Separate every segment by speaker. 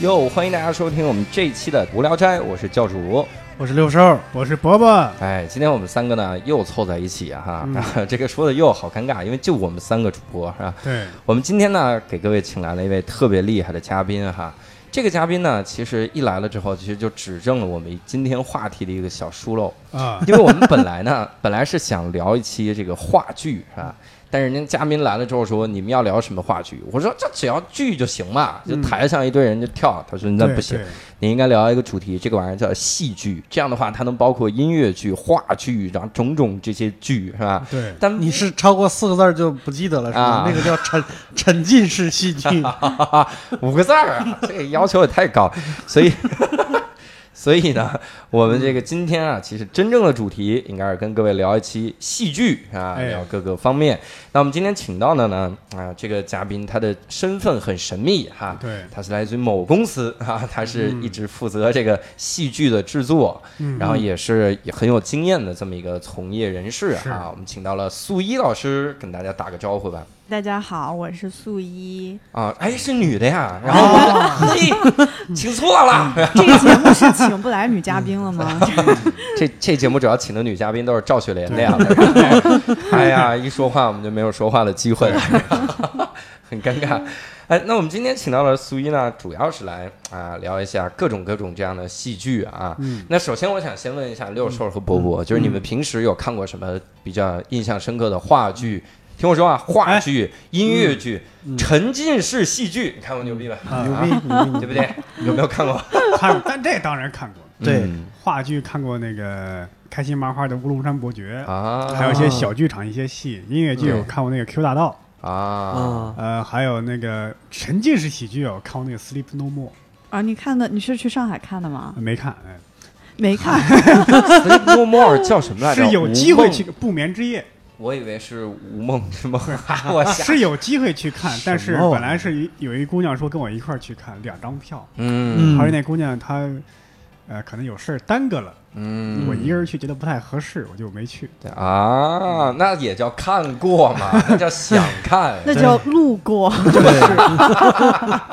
Speaker 1: 哟，欢迎大家收听我们这一期的无聊斋，我是教主。
Speaker 2: 我是六兽，我是伯伯，
Speaker 1: 哎，今天我们三个呢又凑在一起啊哈，
Speaker 2: 嗯
Speaker 1: 这个说的又好尴尬，因为就我们三个主播是吧？
Speaker 2: 对，
Speaker 1: 我们今天呢给各位请来了一位特别厉害的嘉宾哈。这个嘉宾呢，其实一来了之后，其实就指正了我们今天话题的一个小疏漏，
Speaker 2: 啊，
Speaker 1: 因为我们本来呢，本来是想聊一期这个话剧啊，但是人家嘉宾来了之后说你们要聊什么话剧，我说这只要剧就行嘛，就台上一堆人就跳，他说那
Speaker 2: 对
Speaker 1: 不行
Speaker 2: 对，
Speaker 1: 你应该聊一个主题，这个玩意儿叫戏剧，这样的话它能包括音乐剧、话剧，然后种种这些剧是吧？
Speaker 2: 对，
Speaker 1: 但
Speaker 3: 你是超过四个字儿就不记得了是吧？
Speaker 1: 啊
Speaker 3: 那个叫沉沉浸式戏剧，
Speaker 1: 五个字儿啊，这个要求也太高，所以， 所以呢，我们这个今天啊，其实真正的主题应该是跟各位聊一期戏剧啊，
Speaker 2: 哎
Speaker 1: 聊各个方面。那我们今天请到的呢，啊，这个嘉宾他的身份很神秘哈、
Speaker 2: 对
Speaker 1: 他是来自于某公司啊，他是一直负责这个戏剧的制作，
Speaker 2: 嗯
Speaker 1: 然后也是也很有经验的这么一个从业人士
Speaker 2: 是
Speaker 1: 啊。我们请到了素一老师，跟大家打个招呼吧。
Speaker 4: 大家好，我是素一。
Speaker 1: 啊，哎，是女的呀，然后我 嘿，请错了。
Speaker 4: 这个节目是请不来女嘉宾 了吗？
Speaker 1: 这这节目只要请的女嘉宾都是赵雪莲那样的， 哎呀，一说话我们就没有说话的机会了， 很尴尬。哎，那我们今天请到了苏一呢，主要是来啊聊一下各种各种这样的戏剧啊。
Speaker 3: 嗯
Speaker 1: 那首先我想先问一下六兽和伯伯，就是你们平时有看过什么比较印象深刻的话剧？听我说啊，
Speaker 3: 哎
Speaker 1: 话剧、音乐剧、沉浸式戏剧，你看过牛逼吧？
Speaker 3: 嗯啊牛逼牛
Speaker 1: 对
Speaker 3: 逼
Speaker 1: 不对？有没有看过？
Speaker 2: 看，但这当然看过，
Speaker 3: 对
Speaker 1: 嗯
Speaker 2: 话剧看过那个开心麻花的《乌龙山伯爵》，还
Speaker 1: 啊
Speaker 2: 有一些小剧场一些戏，音乐剧
Speaker 1: 对
Speaker 2: 我看过那个《Q 大道
Speaker 1: 啊，》，
Speaker 2: 呃，还有那个沉浸式喜剧我看过那个《Sleep No More
Speaker 4: 啊，你看的，你是去上海看的 吗》，？
Speaker 2: 没看，哎
Speaker 4: 没看，
Speaker 1: 哎莫莫尔叫什么来着？
Speaker 2: 是有机
Speaker 1: 无
Speaker 2: 会
Speaker 1: 梦
Speaker 2: 去《不眠之夜
Speaker 1: 我以为是无梦之梦， 我》，吓，
Speaker 2: 是有机会去看，但是
Speaker 3: 什么玩意儿
Speaker 2: 本来是一有一姑娘说跟我一块儿去看，两张票，
Speaker 1: 嗯
Speaker 2: 还有那姑娘她。呃，可能有事儿耽搁了，
Speaker 1: 嗯，
Speaker 2: 我一个人去觉得不太合适，我就没去。
Speaker 1: 啊，那也叫看过嘛，那叫想 看
Speaker 4: 那叫路 过。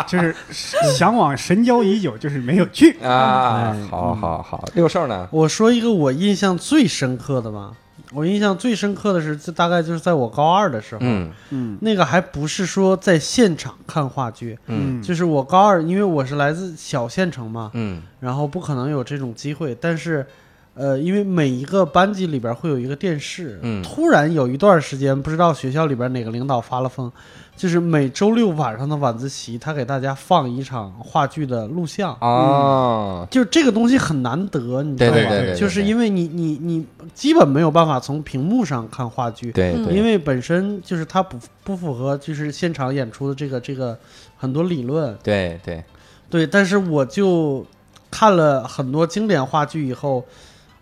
Speaker 2: 就是向往神交已久，就是没有去。
Speaker 1: 啊
Speaker 3: 哎。
Speaker 1: 好好好，六兽呢？
Speaker 3: 我说一个我印象最深刻的吧，我印象最深刻的是，这大概就是在我高二的时候，
Speaker 1: 嗯
Speaker 2: 嗯
Speaker 3: 那个还不是说在现场看话剧，
Speaker 1: 嗯
Speaker 3: 就是我高二，因为我是来自小县城嘛，
Speaker 1: 嗯
Speaker 3: 然后不可能有这种机会，但是。呃，因为每一个班级里边会有一个电视，
Speaker 1: 嗯
Speaker 3: 突然有一段时间，不知道学校里边哪个领导发了疯，就是每周六晚上的晚自习，他给大家放一场话剧的录像，
Speaker 1: 嗯啊，
Speaker 3: 就是这个东西很难得，你知道吗？
Speaker 1: 对对对对
Speaker 3: 就是因为你你你基本没有办法从屏幕上看话剧，
Speaker 1: 对
Speaker 4: 嗯
Speaker 1: 对，
Speaker 3: 因为本身就是它不不符合就是现场演出的这个这个很多理论，
Speaker 1: 对对，
Speaker 3: 对。但是我就看了很多经典话剧以后，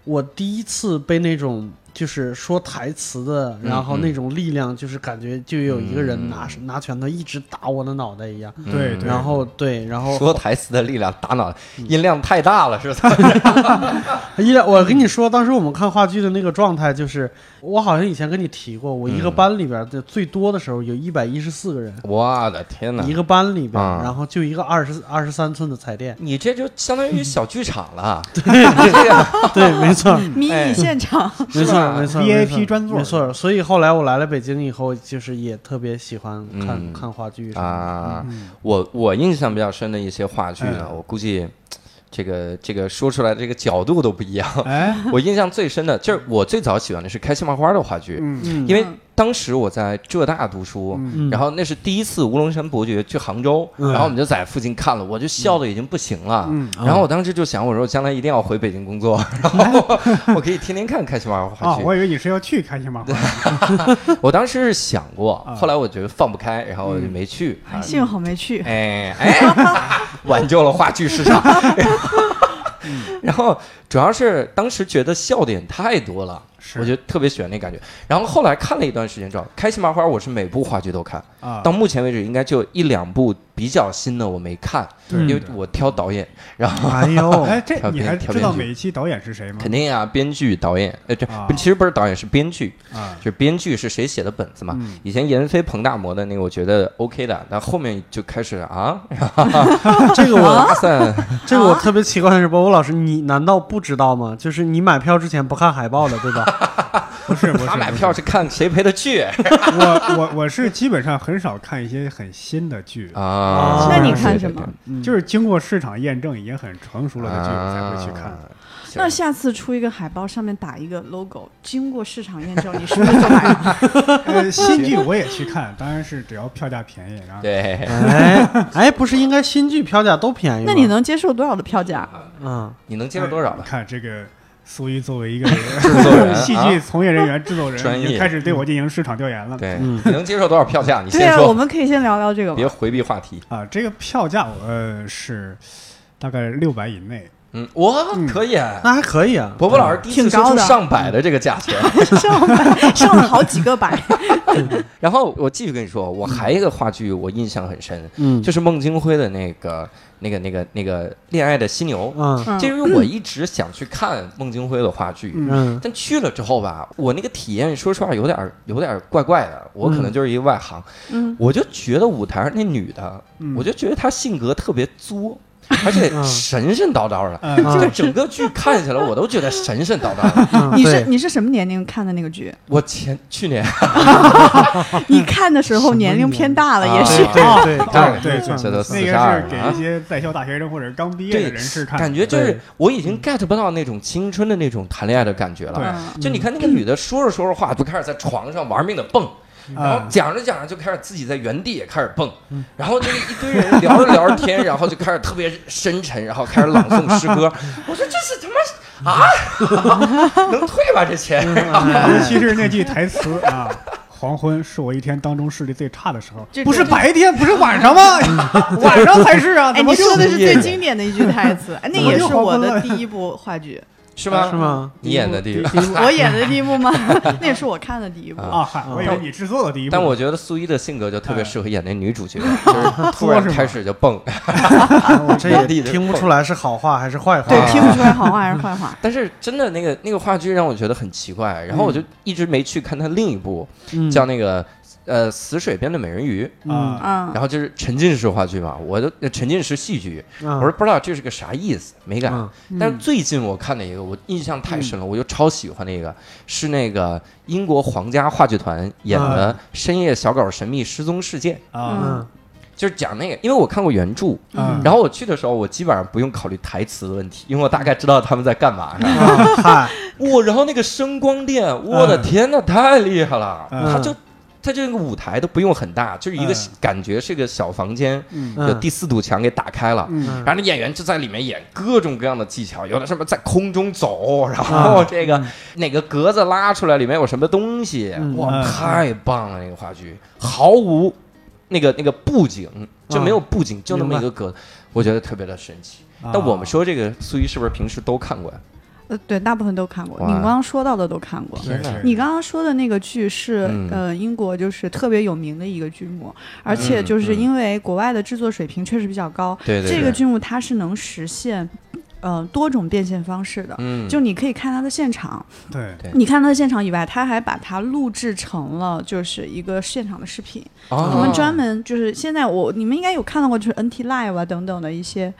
Speaker 3: 我第一次被那种。就是说台词的，
Speaker 1: 嗯
Speaker 3: 然后那种力量，就是感觉就有一个人拿、拿拳头一直打我的脑袋一样，
Speaker 2: 对
Speaker 1: 嗯
Speaker 2: 对
Speaker 3: 然后对，然后
Speaker 1: 说台词的力量打脑，音量太大了是吧？
Speaker 3: 一来，我跟你说，当时我们看话剧的那个状态，就是我好像以前跟你提过，我一个班里边的最多的时候有一百一十四个人，
Speaker 1: 我的天哪
Speaker 3: 一！个班里边，
Speaker 1: 啊
Speaker 3: 然后就一个二十二十三寸的
Speaker 1: ，
Speaker 3: 彩电
Speaker 1: 你这就相当于小剧场了，
Speaker 3: 对，没错，
Speaker 4: 迷你现场，
Speaker 1: 是
Speaker 3: 没错，
Speaker 1: 吧
Speaker 3: 没错
Speaker 2: VIP
Speaker 3: 没错
Speaker 2: 专座
Speaker 3: 没错。所以后来我来了北京以后，就是也特别喜欢看、
Speaker 1: 嗯
Speaker 3: 看话剧什么的
Speaker 1: 啊，
Speaker 2: 嗯
Speaker 1: 我我印象比较深的一些话剧呢，
Speaker 2: 嗯
Speaker 1: 我估计这个这个说出来的这个角度都不一样。
Speaker 2: 哎，
Speaker 1: 我印象最深的就是我最早喜欢的是开心麻花的话剧，
Speaker 2: 嗯
Speaker 3: 嗯，
Speaker 1: 因为当时我在浙大读书。
Speaker 2: 嗯
Speaker 3: 嗯
Speaker 1: 然后那是第一次乌龙山伯爵去杭州，
Speaker 3: 嗯
Speaker 1: 然后我们就在附近看了，我就笑的已经不行了。
Speaker 2: 嗯
Speaker 1: 然后我当时就想，我说我将来一定要回北京工作， 然后我我可以天天看开心麻花
Speaker 2: 啊，
Speaker 1: 话剧。
Speaker 2: 我以为你是要去开心麻花，
Speaker 1: 我当时是想过
Speaker 2: 啊，嗯
Speaker 1: 后来我觉得放不开，然后我就没去。啊
Speaker 4: 幸好 没去。
Speaker 1: 哎哎，挽救了话剧市场。然后主要是当时觉得笑点太多了，
Speaker 2: 是
Speaker 1: 我觉得特别喜欢那感觉。然后后来看了一段时间之后，开心麻花我是每部话剧都看，
Speaker 2: 啊，
Speaker 1: 到目前为止应该就一两部比较新的我没看，
Speaker 2: 对
Speaker 1: 因为我挑导演，然后
Speaker 3: 哎呦，
Speaker 2: 哎，这
Speaker 1: 哦调
Speaker 2: 你
Speaker 1: 编
Speaker 2: 还
Speaker 1: 调
Speaker 2: 知道
Speaker 1: 编剧
Speaker 2: 每一期导演是谁吗？
Speaker 1: 肯定啊，编剧、导演，呃，这
Speaker 2: 嗯啊
Speaker 1: 不其实不是导演，是编剧，
Speaker 2: 啊，
Speaker 1: 就是编剧是谁写的本子嘛。
Speaker 2: 嗯
Speaker 1: 以前闫飞、彭大魔的那个，我觉得 OK 的，但后面就开始 啊，
Speaker 3: 这个我
Speaker 1: 哇塞，
Speaker 3: 这个我特别奇怪的是，包括老师，你难道不知道吗？就是你买票之前不看海报的，对吧？
Speaker 2: 不是，不 是，
Speaker 1: 他买
Speaker 2: 不是
Speaker 1: 票是看谁陪他去
Speaker 2: 我我我是基本上很少看一些很新的剧，哦
Speaker 1: 啊嗯
Speaker 4: 那你看什么？
Speaker 2: 就是经过市场验证已经很成熟了的剧，我才会去看。
Speaker 1: 啊
Speaker 4: 那下次出一个海报，上面打一个 logo，经过市场验证，你是不是就买了？
Speaker 2: 呃，新剧我也去看，当然是只要票价便宜，然 后
Speaker 1: 对，
Speaker 3: 哎哎，不是应该新剧票价都便宜吗？
Speaker 4: 那你能接受多少的票价？
Speaker 1: 啊
Speaker 3: 嗯，
Speaker 1: 你能接受多少
Speaker 2: 哎你
Speaker 1: 吧？
Speaker 2: 看这个苏一作 为一个
Speaker 1: 作人啊
Speaker 2: 戏剧从业人员、制作
Speaker 1: 专
Speaker 2: 人，
Speaker 1: 业
Speaker 2: 已经开始对我进行市场调研了。
Speaker 1: 对，
Speaker 3: 嗯
Speaker 1: 你能接受多少票价？你
Speaker 4: 对
Speaker 1: 先
Speaker 4: 啊，我
Speaker 1: 说，
Speaker 4: 们可以先聊聊这个吧
Speaker 1: 别。 回避话题。
Speaker 2: 啊，这个票价我呃是大概六百以内，
Speaker 1: 嗯，我
Speaker 2: 嗯
Speaker 1: 可以啊。
Speaker 3: 那还可以啊。
Speaker 1: 伯伯老师第一次
Speaker 4: 挺
Speaker 1: 说
Speaker 4: 高
Speaker 1: 出
Speaker 4: 的
Speaker 1: 上百的这个价 钱，
Speaker 4: 上百上了好几个百，
Speaker 1: 然后我继续跟你说，我还一个话剧我印象很深，
Speaker 3: 嗯，
Speaker 1: 就是孟京辉的那个、那个、那个、那个《恋爱的犀牛》，
Speaker 3: 嗯
Speaker 4: 嗯
Speaker 1: 就因为我一直想去看孟京辉的话剧，
Speaker 2: 嗯
Speaker 3: 嗯
Speaker 1: 但去了之后吧，我那个体验说实话有点儿有点儿怪怪的，我可能就是一个外行，
Speaker 4: 嗯，
Speaker 1: 我就觉得舞台上那女的，
Speaker 2: 嗯
Speaker 1: 我就觉得她性格特别作，而且
Speaker 3: 嗯
Speaker 1: 神神叨叨的。
Speaker 2: 呃，
Speaker 3: 嗯
Speaker 1: 这个整个剧看起来，我都觉得神神叨叨的。
Speaker 3: 嗯
Speaker 4: 你是
Speaker 3: 对
Speaker 4: 你是什么年龄看的那个剧？
Speaker 1: 我前去年
Speaker 4: 啊
Speaker 1: 嗯
Speaker 4: 你看的时候年龄偏大了，也是
Speaker 1: 啊对
Speaker 2: 哦
Speaker 3: 对
Speaker 2: 哦
Speaker 1: 对
Speaker 2: 对
Speaker 1: 这都
Speaker 2: 那
Speaker 1: 42
Speaker 2: 个
Speaker 1: 了
Speaker 2: 是给
Speaker 1: 啊
Speaker 2: 一些在校大学生或者刚毕业
Speaker 1: 对
Speaker 2: 的人士看的，
Speaker 1: 感觉就
Speaker 3: 对
Speaker 1: 是我已经 get 不到那种青春的那种谈恋爱的感觉
Speaker 2: 对
Speaker 1: 了。
Speaker 4: 嗯
Speaker 1: 就你看那个女的说着说着话，就开始在床上玩命的蹦，然后
Speaker 2: 啊，
Speaker 1: 讲着讲着就开始自己在原地也开始蹦，然后就是一堆人聊着聊着天，然后就开始特别深沉，然后开始朗诵诗歌。我说这是他妈啊， 能退吧这
Speaker 3: 嗯
Speaker 1: 钱？
Speaker 3: 哎
Speaker 2: 尤啊其是那句台词啊。黄昏是我一天当中视力最差的时候
Speaker 4: 这，
Speaker 2: 不是白天，不是晚上吗？ 晚上才是啊！
Speaker 4: 哎，
Speaker 2: 怎
Speaker 4: 你
Speaker 2: 么就
Speaker 4: 说的是最经典的一句台词， 哎，那
Speaker 2: 怎么
Speaker 4: 也
Speaker 2: 就是黄
Speaker 4: 我
Speaker 2: 昏
Speaker 4: 的
Speaker 2: 了
Speaker 4: 第一部话剧，
Speaker 1: 是吗？
Speaker 3: 是？吗？
Speaker 1: 你演的第一个。
Speaker 4: 我演的第一部吗？ 那也是我看的第一部。
Speaker 1: 啊
Speaker 2: 啊？嗨，我以为你制作的第一部，
Speaker 1: 但我觉得苏一的性格就特别适合演那女主角，就是突然开始就蹦。
Speaker 2: 啊
Speaker 3: 我这也听不出来是好话还是坏话。
Speaker 4: 对，
Speaker 1: 啊
Speaker 4: 听不出来好话还是坏 话。
Speaker 1: 但是真的那个那个话剧让我觉得很奇怪，然后我就一直没去看他另一部
Speaker 3: 嗯
Speaker 1: 叫那个呃死水边的美人鱼，
Speaker 2: 啊，
Speaker 4: 嗯，
Speaker 1: 然后就是沉浸式话剧嘛，我都沉浸式戏剧，我说
Speaker 3: 嗯
Speaker 1: 不知道这是个啥意思，没敢。
Speaker 3: 嗯
Speaker 1: 但是最近我看了一个，我印象太深了，我就超喜欢那个，是那个英国皇家话剧团演的《深夜小狗神秘失踪事件》，
Speaker 2: 啊
Speaker 3: 嗯
Speaker 1: 就是讲那个，因为我看过原著，
Speaker 2: 啊！
Speaker 1: 然后我去的时候，我基本上不用考虑台词的问题，因为我大概知道他们在干嘛。是吧
Speaker 3: 啊嗨，
Speaker 1: 哇，然后那个声光电，我的
Speaker 2: 嗯
Speaker 1: 天呐，太厉害了！
Speaker 2: 嗯
Speaker 1: 他就他这个舞台都不用很大，就是一个
Speaker 2: 嗯
Speaker 1: 感觉是个小房间，
Speaker 2: 嗯
Speaker 1: 有
Speaker 3: 嗯
Speaker 1: 第四堵墙给打开了。
Speaker 2: 嗯
Speaker 3: 嗯
Speaker 1: 然后那演员就在里面演各种各样的技巧，有的什么在空中走，然后这个、哪个格子拉出来，里面有什么东西，
Speaker 3: 嗯
Speaker 1: 哇，
Speaker 2: 嗯
Speaker 1: 太棒了！那个话剧毫无那个那个布景，就没有布景，就那么一个格子，我觉得特别的神奇。
Speaker 2: 啊
Speaker 1: 但我们说这个苏一是不是平时都看过呀？
Speaker 4: 呃，对，大部分都看过。
Speaker 1: 哇
Speaker 4: 你刚刚说到的都看过。
Speaker 2: 对对
Speaker 4: 你刚刚说的那个剧是、
Speaker 1: 嗯
Speaker 4: 呃英国就是特别有名的一个剧目，而且
Speaker 1: 嗯
Speaker 4: 就是
Speaker 1: 嗯
Speaker 4: 因为国外的制作水平确实比较高，
Speaker 1: 对对，
Speaker 4: 这个
Speaker 1: 对
Speaker 4: 剧目它是能实现呃多种变现方式的。
Speaker 1: 嗯，
Speaker 4: 就你可以看它的现场，
Speaker 2: 对
Speaker 1: 对
Speaker 4: 你看它的现场以外，它还把它录制成了就是一个现场的视频。
Speaker 1: 哦
Speaker 4: 我们专门就是现在我你们应该有看到过，就是 NT Live 啊等等的一些，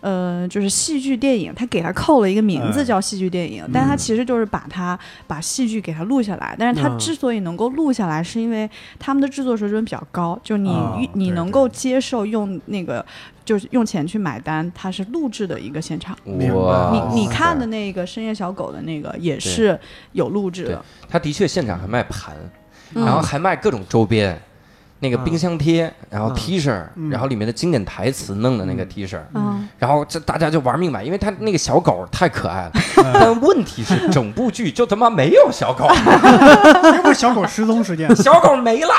Speaker 4: 呃，就是戏剧电影，它给它扣了一个名字
Speaker 2: 嗯
Speaker 4: 叫戏剧电影，但它其实就是把它把戏剧给它录下来。但是它
Speaker 3: 嗯
Speaker 4: 之所以能够录下来，是因为他们的制作水准比较高，就你、
Speaker 2: 哦
Speaker 4: 你
Speaker 2: 对
Speaker 4: 能
Speaker 2: 对
Speaker 4: 够接受用那个就是用钱去买单，它是录制的一个现场。
Speaker 3: 明白
Speaker 1: 哇
Speaker 4: 你你
Speaker 1: 塞
Speaker 4: 看的那个深夜小狗的那个也是有录制的，
Speaker 1: 他的确现场还卖盘，
Speaker 4: 嗯
Speaker 1: 然后还卖各种周边，那个冰箱贴，然后
Speaker 3: 嗯
Speaker 1: T 恤，
Speaker 2: 嗯
Speaker 1: 然后里面的经典台词弄的那个 T 恤，
Speaker 4: 嗯，
Speaker 1: 然后这大家就玩命买，因为他那个小狗太可爱了。但问题是，整部剧就他妈没有小 狗，
Speaker 2: 哎又不是小狗失 踪事件，
Speaker 1: 小狗没了。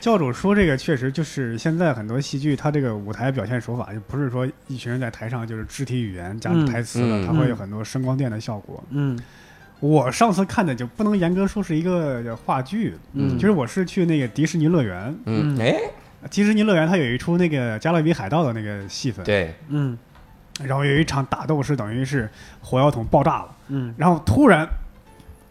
Speaker 2: 教主说这个确实就是现在很多戏剧，它这个舞台表现手法就不是说一群人在台上就是肢体语言加
Speaker 3: 嗯
Speaker 2: 台词了，
Speaker 1: 嗯
Speaker 2: 它会有很多声光电的效果。
Speaker 3: 嗯
Speaker 2: 我上次看的就不能严格说是一个话剧，
Speaker 3: 嗯
Speaker 2: 就是我是去那个迪士尼乐园，呃
Speaker 1: 嗯，
Speaker 3: 嗯
Speaker 1: 哎，
Speaker 2: 迪士尼乐园它有一出那个《加勒比海盗》的那个戏份，
Speaker 1: 对，
Speaker 3: 嗯
Speaker 2: 然后有一场打斗是等于是火药桶爆炸了，
Speaker 3: 嗯
Speaker 2: 然后突然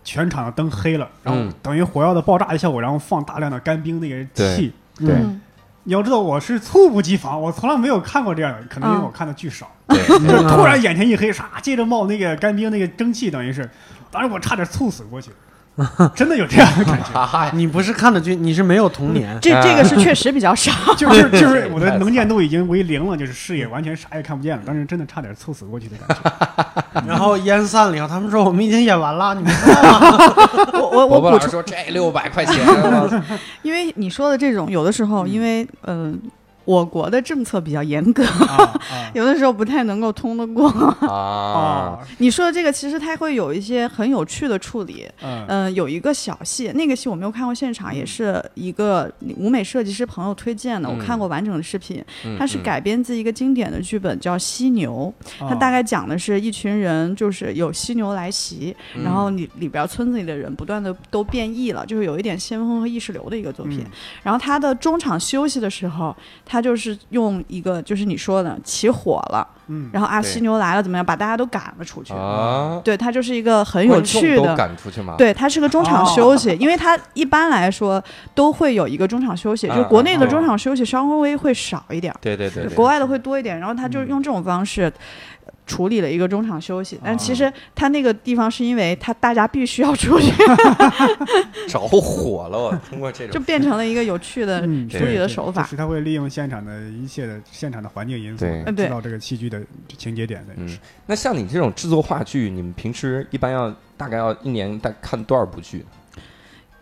Speaker 2: 全场的灯黑了，然
Speaker 1: 嗯
Speaker 2: 后等于火药的爆炸的效果，然后放大量的干冰那个气。
Speaker 1: 对
Speaker 4: 嗯
Speaker 2: 你要知道，我是猝不及防，我从来没有看过这样的，可能因为我看的剧少，
Speaker 1: 对，
Speaker 2: 就是突然眼前一黑，唰，接着冒那个干冰那个蒸汽，等于是，当时我差点猝死 过去，真的有这样的感觉。
Speaker 1: 哈哈，
Speaker 3: 你不是看的剧，你是没有童年。
Speaker 4: 这这个 是确实比较少。
Speaker 2: 就是就是我的能见度已经为零了，就是视
Speaker 1: 嗯
Speaker 2: 野完全啥也看不见了，当时真的差点猝死过去的 感觉。
Speaker 3: 然后烟散了以后，他们说我们已经演完了，你们看
Speaker 4: 我我
Speaker 1: 伯伯
Speaker 4: 我补
Speaker 1: 老
Speaker 4: 充
Speaker 1: 师，说这六百块 钱啊，
Speaker 4: 因为你说的这种，有的时候因为嗯、呃我国的政策比较严格，
Speaker 2: 啊
Speaker 4: 有的时候不太能够通得过。
Speaker 2: 啊
Speaker 1: 啊，
Speaker 2: 啊！
Speaker 4: 你说的这个，其实它会有一些很有趣的处理。
Speaker 2: 嗯
Speaker 4: 嗯、有一个小戏，那个戏我没有看过现场，也是一个舞美设计师朋友推荐的，我看过完整的视频。它是
Speaker 1: 嗯，
Speaker 4: 改编自一个经典的剧本，叫《犀牛》。
Speaker 1: 哦
Speaker 4: 它大概讲的是一群人，就是有犀牛来袭，
Speaker 1: 嗯
Speaker 4: 然后里里边儿村子里的人不断的都变异了，就是有一点先锋和意识流的一个作品。
Speaker 2: 嗯
Speaker 4: 然后他的中场休息的时候，他就是用一个就是你说的起火了，
Speaker 2: 嗯
Speaker 4: 然后啊
Speaker 1: 对
Speaker 4: 犀牛来了怎么样，把大家都赶了出去。
Speaker 1: 啊，
Speaker 4: 对，它就是一个很有
Speaker 1: 观众
Speaker 4: 趣
Speaker 1: 都
Speaker 4: 的。
Speaker 1: 赶哦出去吗？
Speaker 4: 对，它是个中场休息，因为它一般来说都会有一个中场休息，就
Speaker 1: 嗯
Speaker 4: 国内的
Speaker 2: 嗯
Speaker 4: 中场休息稍微会少一点儿，
Speaker 1: 对对对对，
Speaker 4: 国外的会多一点，然后他就是
Speaker 2: 嗯
Speaker 4: 用这种方式呃处理了一个中场休息。但其
Speaker 2: 啊
Speaker 4: 实他那个地方是因为他大家必须要 出去，
Speaker 1: 着火了，我通过这
Speaker 4: 就
Speaker 1: 种，
Speaker 4: 变成了一个有 趣的
Speaker 2: 嗯
Speaker 4: 处
Speaker 1: 对
Speaker 4: 理的手
Speaker 2: 就
Speaker 4: 法。
Speaker 2: 是他会利用现场的一切的现场的环境因素
Speaker 1: 对，
Speaker 4: 嗯对
Speaker 2: 知道这个戏剧的情节点的。
Speaker 1: 嗯，那像你这种制作话剧，你们平时一般要大概要一年大概看多少部剧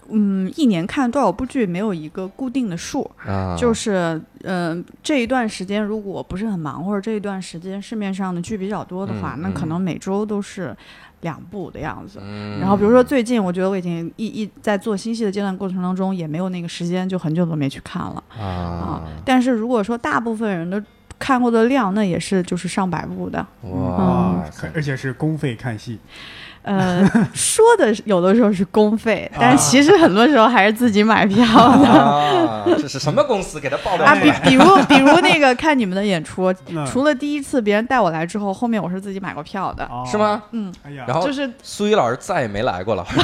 Speaker 4: 嗯，一年看多少部剧没有一个固定的数，
Speaker 1: 啊？
Speaker 4: 哎就是嗯、这一段时间如果不是很忙，或者这一段时间市面上的剧比较多的话，
Speaker 1: 嗯
Speaker 4: 那可
Speaker 1: 嗯
Speaker 4: 能每周都是两部的样子。
Speaker 1: 嗯，
Speaker 4: 然后比如说最近，我觉得我已经一一在做新戏的阶段过程当中，也没有那个时间，就很久都没去看了。啊
Speaker 1: 啊，，
Speaker 4: 但是如果说大部分人的看过的量，那也是就是上百部的。嗯
Speaker 1: 哇塞
Speaker 2: 可，而且是公费看戏，
Speaker 4: 呃， 说的是有的时候是公费，但其实很多时候还是自己买票 的。
Speaker 1: 啊，这是什么公司给他报料
Speaker 4: 啊，
Speaker 1: 出
Speaker 4: 比
Speaker 1: 来？
Speaker 4: 比如比如那个看你们的演出，
Speaker 1: 嗯
Speaker 2: 那
Speaker 4: 除了第一次别人带我来之后，后面我是自己买过票的。
Speaker 2: 哦
Speaker 1: 是？吗？
Speaker 4: 嗯，
Speaker 2: 哎呀，
Speaker 1: 然后
Speaker 4: 就是
Speaker 1: 苏一老师再也没来过 了，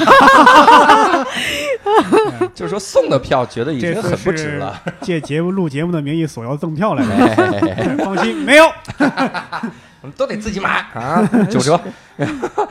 Speaker 1: 就是说送的票觉得已
Speaker 2: 这
Speaker 1: 经
Speaker 2: 次
Speaker 1: 很不值
Speaker 2: 是
Speaker 1: 了。
Speaker 2: 借节目录节目的名义索要赠票来的，
Speaker 1: 哎
Speaker 2: 放心，没有。
Speaker 1: 我们都得自己买 啊，九折。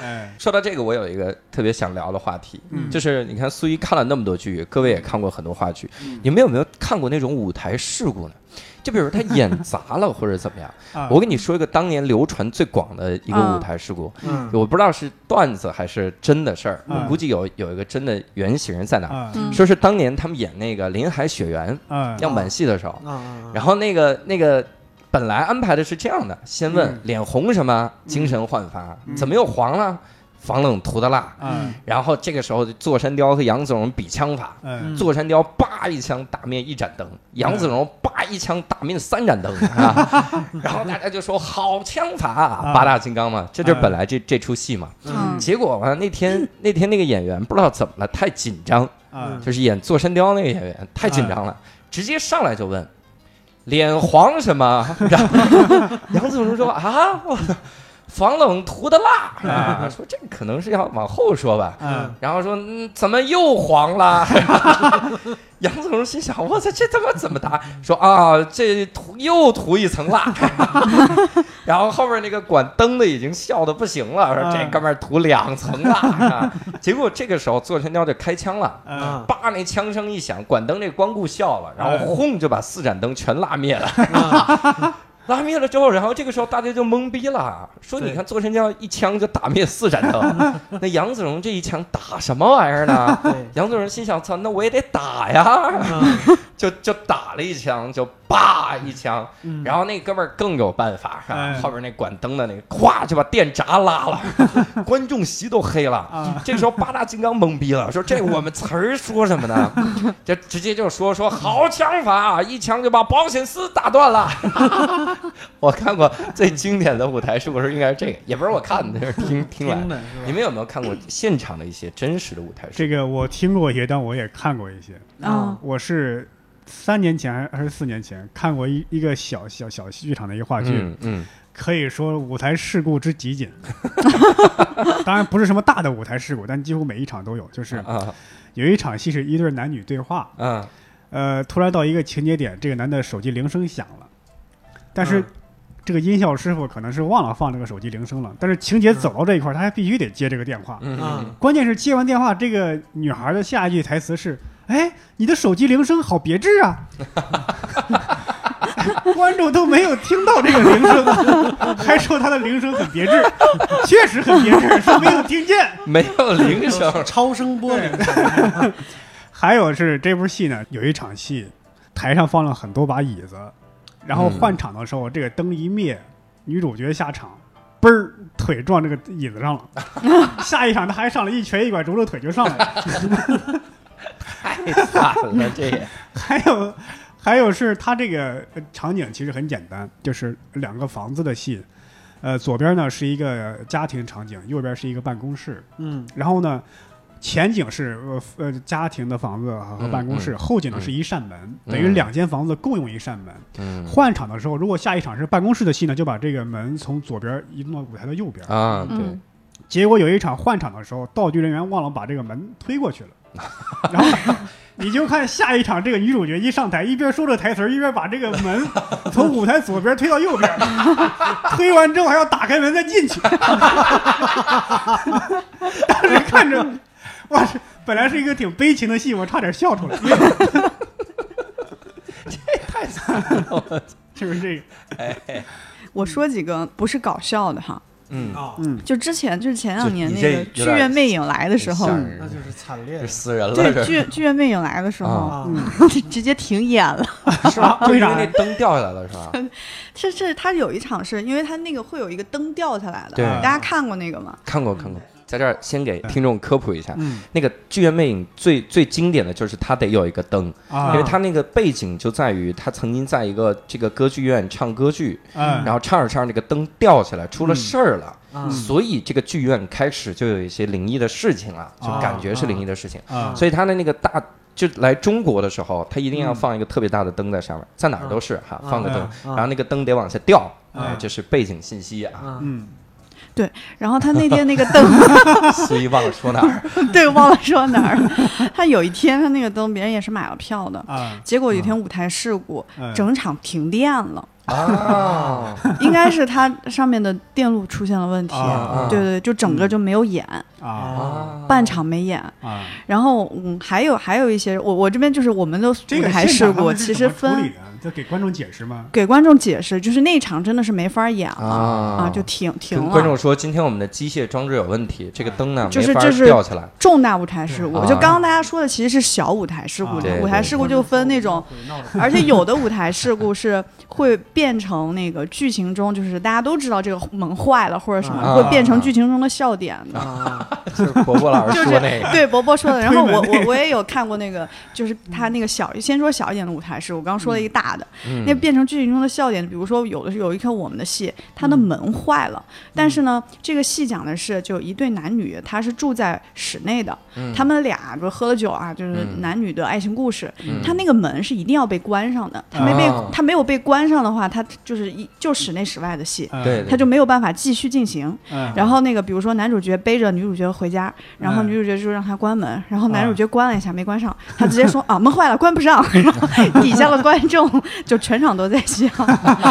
Speaker 2: 哎，
Speaker 1: 说到这个，我有一个特别想聊的话题，
Speaker 2: 嗯
Speaker 1: 就是你看苏一看了那么多剧，各位也看过很多话剧，
Speaker 2: 嗯
Speaker 1: 你们有没有看过那种舞台事故呢？就比如他 演砸了或者怎么样，
Speaker 2: 啊
Speaker 1: 我跟你说一个当年流传最广的一个
Speaker 4: 嗯
Speaker 1: 舞台事故，
Speaker 3: 嗯
Speaker 1: 我不知道是段子还是真的事儿，我
Speaker 2: 嗯
Speaker 1: 估计有有一个真的原型在哪儿，
Speaker 2: 啊
Speaker 4: 嗯
Speaker 1: 说是当年他们演那个《林海雪原》
Speaker 2: 啊
Speaker 1: 样板戏的时候，
Speaker 3: 啊
Speaker 2: 嗯
Speaker 3: 啊
Speaker 1: 然后那个那个本来安排的是这样的：先问
Speaker 2: 嗯
Speaker 1: 脸红什么，精神焕发，
Speaker 2: 嗯
Speaker 1: 怎么又黄了？防冷涂的蜡。
Speaker 2: 啊
Speaker 1: 然后这个时候，座山雕和杨子荣比枪法。
Speaker 2: 嗯
Speaker 1: 座山雕叭一枪打灭一盏灯，杨子荣叭一枪打灭三盏 灯啊！然后大家就说好枪法啊，
Speaker 2: 啊
Speaker 1: 八大金刚嘛，这
Speaker 2: 嗯
Speaker 1: 就是本来这这出戏嘛。
Speaker 4: 嗯
Speaker 1: 结果吧，那天那天那个演员不知道怎么了，太紧张，
Speaker 4: 嗯
Speaker 2: 啊
Speaker 1: 就是演座山雕那个演员太紧张了，直接上来就问脸黄什么？ 然后杨子荣说啊， 我防冷涂的蜡啊，说这可能是要往后说吧。
Speaker 2: 啊
Speaker 1: 然后说、嗯、怎么又黄了？ 杨子荣心想：我操，这他妈怎么答？说啊，这涂又涂一层蜡。 然后后面那个管灯的已经笑的不行了，说这
Speaker 2: 嗯
Speaker 1: 哥们儿涂两层蜡、啊。结果这个时候座山雕就开枪了。
Speaker 3: 嗯
Speaker 2: 啊！
Speaker 1: 叭！那枪声一响，管灯这光顾笑了，然后
Speaker 2: 嗯
Speaker 1: 轰就把四盏灯全拉灭了。 拉灭了之后，然后这个时候大家就懵逼了，说你
Speaker 3: 对
Speaker 1: 看座山雕一枪就打灭四盏灯， 那杨子荣这一枪打什么玩意儿呢？
Speaker 3: 对
Speaker 1: 杨子荣心想：操，那我也得打呀，
Speaker 3: 啊
Speaker 1: 就就打了一枪，就叭一枪，
Speaker 3: 嗯
Speaker 1: 然后那哥们儿更有办法啊，
Speaker 2: 哎
Speaker 1: 后边那管灯的那个咵就把电闸拉了，观众席都黑了。
Speaker 2: 啊
Speaker 1: 这时候八大金刚懵逼了，说这我们词儿说什么呢？这直接就说说好枪法，一枪就把保险丝打断了。 我看过最经典的舞台是不是应该是这个？也不是我看的，就是听听来
Speaker 3: 听
Speaker 1: 的。
Speaker 3: 的是吧
Speaker 1: 你们有没有看过现场的一些真实的舞台
Speaker 2: 这
Speaker 1: 剧？
Speaker 2: 个我听过一些，但我也看过一些。
Speaker 1: 哦
Speaker 4: 啊，
Speaker 2: 我是三年前还还是四年前看过一一个小小小戏剧场的一个话剧，
Speaker 1: 嗯嗯，
Speaker 2: 可以说舞台事故之极简。当然不是什么大的舞台事故，但几乎每一场都有。就是
Speaker 1: 啊
Speaker 2: 有一场戏是一对男女对话，
Speaker 1: 啊
Speaker 2: 呃，突然到一个情节点，这个男的手机铃声响了，但是
Speaker 3: 嗯
Speaker 2: 这个音效师傅可能是忘了放这个手机铃声了，但是情节走到这一块儿，他还必须得接这个电话。
Speaker 1: 嗯嗯
Speaker 3: 啊
Speaker 2: 关键是接完电话，这个女孩的下一句台词是：“哎，你的手机铃声好别致啊！” 观众都没有听到这个铃声，还说他的铃声很别致，确实很别致，是没有听见。
Speaker 1: 没有铃声，
Speaker 3: 超声波里
Speaker 2: 还有是这部戏呢，有一场戏，台上放了很多把椅子，然后换场的时候，这个灯一灭，女主角下场，嘣儿腿撞这个椅子上了，下一场她还上了一瘸一拐拄着腿就上来了。
Speaker 1: 太惨了，这也
Speaker 2: 还有，还有是她这个呃场景其实很简单，就是两个房子的戏，呃，左边呢是一个家庭场景，右边是一个办公室，
Speaker 3: 嗯
Speaker 2: 然后呢。前景是呃呃家庭的房子和办公室，
Speaker 1: 嗯嗯
Speaker 2: 后景呢
Speaker 1: 嗯
Speaker 2: 是一扇门，
Speaker 1: 嗯
Speaker 2: 等于两间房子共用一扇门。
Speaker 1: 嗯
Speaker 2: 换场的时候，如果下一场是办公室的戏呢，就把这个门从左边移动到舞台的右边。
Speaker 1: 啊对
Speaker 4: 嗯，
Speaker 2: 结果有一场换场的时候，道具人员忘了把这个门推过去了，然后你就看下一场这个女主角一上台，一边说着台词儿，一边把这个门 从舞台左边推到右边， 推完之后还要打开门再进去。 当时看着，哇，是本来是一个挺悲情的戏，我差点笑出来。这太惨了，是不是这个？
Speaker 4: 我说几个不是搞笑的哈，
Speaker 1: 嗯，
Speaker 3: 啊，
Speaker 2: 嗯，
Speaker 4: 就之前就是前两年
Speaker 1: 就你
Speaker 4: 那
Speaker 1: 这
Speaker 4: 个
Speaker 1: 有
Speaker 4: 《剧
Speaker 1: 点
Speaker 4: 院魅影》来的时候
Speaker 1: 吓，
Speaker 3: 那
Speaker 1: 人
Speaker 3: 就是惨烈
Speaker 1: 这
Speaker 3: 的
Speaker 1: 死人了，
Speaker 4: 对
Speaker 1: 这
Speaker 4: 《剧剧院魅影》来的时候，
Speaker 3: 啊，
Speaker 2: 嗯
Speaker 4: 直接停演了。
Speaker 2: 是吧？
Speaker 1: 就
Speaker 2: 为
Speaker 1: 因
Speaker 2: 啥
Speaker 1: 为那
Speaker 2: 呀？
Speaker 1: 灯掉下来了是吧？
Speaker 4: 是是，他有一场是因为他那个会有一个灯掉下来的，
Speaker 1: 对
Speaker 2: 啊
Speaker 4: 大家看过那个吗？
Speaker 1: 看过看过，在这儿先给听众科普一下，
Speaker 2: 嗯
Speaker 1: 那个《剧院魅影》最最经典的就是它得有一个灯，
Speaker 2: 啊
Speaker 1: 因为它那个背景就在于他曾经在一个这个歌剧院唱歌剧，
Speaker 2: 嗯
Speaker 1: 然后唱着唱着这个灯掉下来出了事儿了，
Speaker 3: 嗯
Speaker 1: 所以这个剧院开始就有一些灵异的事情了，就
Speaker 2: 啊
Speaker 1: 感觉是灵异的事情，
Speaker 2: 啊
Speaker 1: 所以他的那个大。就来中国的时候，他一定要放一个特别大的灯在上面，在哪儿都是哈，放个灯，
Speaker 3: 嗯
Speaker 1: 然后那个灯得往下掉，
Speaker 2: 嗯
Speaker 1: 哎，这是背景信息啊。
Speaker 3: 啊，
Speaker 2: 嗯，
Speaker 4: 然 后他那天那个灯，
Speaker 1: 所以忘了说哪儿，
Speaker 4: 对，忘了说哪儿了。他有一天他那个灯，别人也是买了票的，
Speaker 2: 啊，
Speaker 4: 结果有一天舞台事故，
Speaker 2: 嗯
Speaker 4: 整场停电了，
Speaker 1: 啊，
Speaker 4: 应该是它上面的电路出现了问题。
Speaker 2: 啊
Speaker 4: 对对，就整个就没有演，
Speaker 2: 啊
Speaker 1: 啊
Speaker 4: 半场没演。
Speaker 2: 啊，
Speaker 4: 然后嗯，还有还有一些，我我这边就是我们的
Speaker 2: 这
Speaker 4: 舞
Speaker 2: 个
Speaker 4: 台
Speaker 2: 现
Speaker 4: 事
Speaker 2: 场他
Speaker 4: 故，
Speaker 2: 们是
Speaker 4: 其
Speaker 2: 怎
Speaker 4: 实
Speaker 2: 么处理的，
Speaker 4: 分
Speaker 2: 就给观众解释吗？
Speaker 4: 给观众解释，就是那场真的是没法演了
Speaker 1: 啊
Speaker 4: 就停停
Speaker 1: 跟
Speaker 4: 了。啊
Speaker 1: 观众说，今天我们的机械装置有问题，这个灯呢
Speaker 4: 就是
Speaker 1: 没法
Speaker 4: 就是
Speaker 1: 吊起 来。
Speaker 4: 重大舞台事故，
Speaker 1: 对
Speaker 4: 就刚刚大家说的其实是小舞台事故
Speaker 2: 啊，
Speaker 1: 对
Speaker 4: 舞台事故就分那种，而且有的舞台事故是会变成那个剧情中，就是大家都知道这个门坏了或者什
Speaker 1: 啊
Speaker 4: 么，会变成剧情中的笑点的。
Speaker 3: 啊，
Speaker 1: 就是伯伯老师说那个，
Speaker 4: 对伯 伯说的，然后我
Speaker 2: 推门那
Speaker 4: 我我也有看过那个，就是他那个小，先说小一点的舞台事故，我刚说了一个大的，
Speaker 1: 嗯
Speaker 4: 那变成剧情中的笑点，比如说有的是有一颗我们的戏，它
Speaker 1: 嗯
Speaker 4: 的门坏了，但是呢，这个戏讲的是就一对男女，他是住在室内的，
Speaker 1: 嗯
Speaker 4: 他们俩就喝了酒啊，就是
Speaker 1: 嗯
Speaker 4: 男女的爱情故事。
Speaker 1: 嗯
Speaker 4: 他那个门是一定要被关上的，他没被、
Speaker 1: 啊
Speaker 4: 他没有被关上的话，他就是一就室内室外的戏，
Speaker 2: 嗯
Speaker 1: 对，对
Speaker 4: 他就没有办法继续进行。
Speaker 2: 嗯
Speaker 4: 然后那个，比如说男主角背着女主角回家，然后
Speaker 2: 嗯
Speaker 4: 女主角就让他关门，然后男主角关了一下没 关上，他直接说啊门坏了关不上， 然后底下的观众就全场都在笑。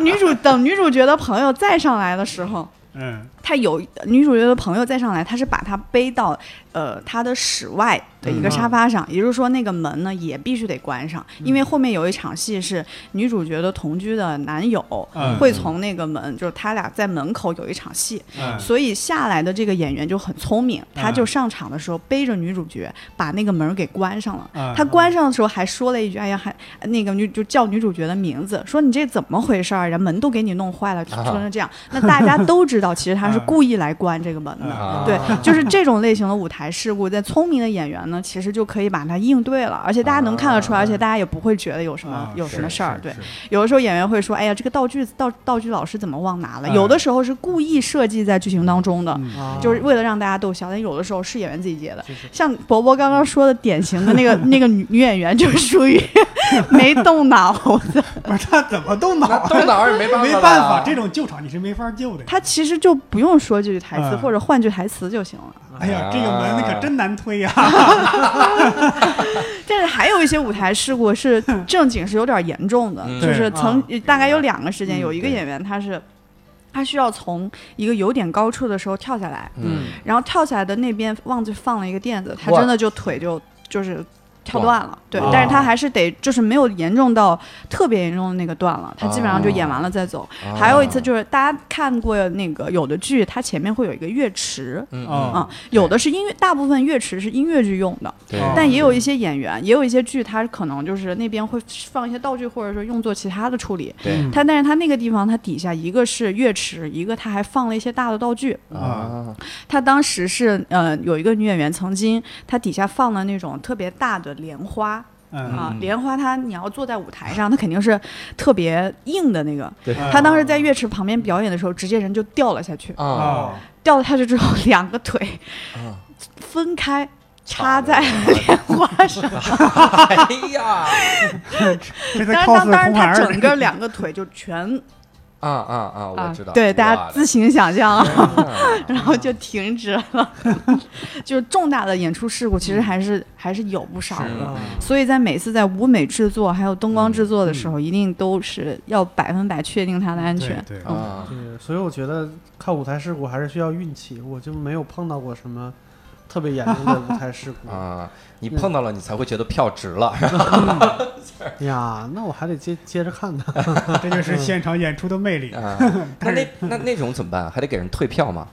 Speaker 4: 女主等女主角的朋友再上来的时候，
Speaker 2: 嗯
Speaker 4: 她有女主角的朋友再上来，她是把她背到呃她的室外的一个沙发上，也就是说那个门呢也必须得关上，因为后面有一场戏是女主角的同居的男友。
Speaker 2: 嗯
Speaker 4: 会从那个门，就是他俩在门口有一场戏，
Speaker 2: 嗯
Speaker 4: 所以下来的这个演员就很聪明，他就上场的时候背着女主角把那个门给关上了。
Speaker 2: 嗯
Speaker 4: 他关上的时候还说了一句：“哎呀，还那个女就叫女主角的名字，说你这怎么回事儿啊？人门都给你弄坏了，
Speaker 1: 啊
Speaker 4: 说成这样。”那大家都知道，其实他是故意来关这个门的。
Speaker 1: 啊，
Speaker 4: 对，就是这种类型的舞台事故，在聪明的演员呢，其实就可以把它应对了，而且大家能看得出来，而且大家也不会觉得有什么
Speaker 2: 啊
Speaker 4: 有什么
Speaker 2: 是
Speaker 4: 事儿。
Speaker 2: 是
Speaker 4: 对，
Speaker 2: 是
Speaker 4: 有的时候演员会说：“哎呀，这个道具道道具老师怎么忘拿了？”
Speaker 2: 哎嗯
Speaker 4: 有的时候是故意设计在剧情当中的，
Speaker 3: 啊
Speaker 4: 就是为了让大家逗笑，但有的时候是演员自己接的
Speaker 3: 就是。
Speaker 4: 像博博刚刚说的典型的那个那个女女演员，就是属于没动脑 子，
Speaker 2: 不是他怎么动脑啊？
Speaker 1: 动脑也没办法，
Speaker 2: 没办法，这种救场你是没法救的。
Speaker 4: 她其实就不用说这句台词，
Speaker 2: 嗯
Speaker 4: 或者换句台词就行了。
Speaker 2: 哎呀，这个门可真难推呀！
Speaker 4: 但是还有一些舞台事 故是正经是有点严重的，
Speaker 1: 嗯
Speaker 4: 就是
Speaker 3: 对
Speaker 4: 曾、大概有两个事
Speaker 3: 嗯
Speaker 4: 件，有一个
Speaker 1: 对
Speaker 4: 演员他是。他需要从一个有点高处的时候跳下来，
Speaker 1: 嗯，
Speaker 4: 然后跳下来的那边忘记放了一个垫子，他
Speaker 1: 哇
Speaker 4: 真的就腿就就是跳断了。对
Speaker 1: 哇，
Speaker 4: 但是他还是得就是没有严重到特别严重的那个断
Speaker 1: 啊
Speaker 4: 了，他基本上就演完了再走。还有一次就是大家看过那个有的剧，它前面会有一个乐池。
Speaker 1: 嗯，
Speaker 2: 哦
Speaker 1: 嗯
Speaker 4: 啊，有的是音乐，大部分乐池是音乐剧用的，
Speaker 1: 对，
Speaker 2: 哦
Speaker 4: 但也有一些演员，也有一些剧，它可能就是那边会放一些道具，或者说用作其他的处理。
Speaker 1: 对
Speaker 2: 嗯
Speaker 4: 它但是它那个地方，它底下一个是乐池，一个它还放了一些大的道具。
Speaker 1: 啊，
Speaker 4: 它当时是呃有一个女演员曾经，她底下放了那种特别大的莲花
Speaker 2: 嗯，
Speaker 4: 啊
Speaker 1: 嗯，
Speaker 4: 莲花它你要坐在舞台上，它肯定是特别硬的那个。
Speaker 1: 对
Speaker 2: 嗯
Speaker 4: 她当时在乐池旁边表演的时候，直接人就掉了下去，
Speaker 1: 啊，
Speaker 2: 啊，
Speaker 4: 掉了下去之后，两个腿
Speaker 1: 啊
Speaker 4: 分开嗯插在莲花上。
Speaker 1: 哎呀，
Speaker 2: 这在
Speaker 4: 当然，
Speaker 2: cos
Speaker 4: 当当然，
Speaker 2: 红孩
Speaker 4: 他
Speaker 2: 儿
Speaker 4: 整个两个腿就 全
Speaker 1: 啊啊啊，
Speaker 4: 啊
Speaker 1: 我知道，，
Speaker 4: 对，大家自行想象啊，
Speaker 1: 啊，
Speaker 4: 然后就停止了。 就是重大的演出事故，其实还是还是有不少
Speaker 1: 是嗯
Speaker 4: 的。
Speaker 3: 啊
Speaker 4: 所以在每次在舞美制作还有灯光制作的时候，一定都是要百分百确定它的安全。
Speaker 2: 对，对哦
Speaker 1: 啊，
Speaker 3: 对，所以我觉得看舞台事故还是需要运气，我就没有碰到过什么特别严重的舞台事故。
Speaker 1: 啊，你碰到了，你才会觉得票值 了。
Speaker 3: 哎呀，那我还得接接着看呢。
Speaker 2: 这就是现场演出的魅力。
Speaker 1: 啊，那那那那种怎么办？还得给人退票吗？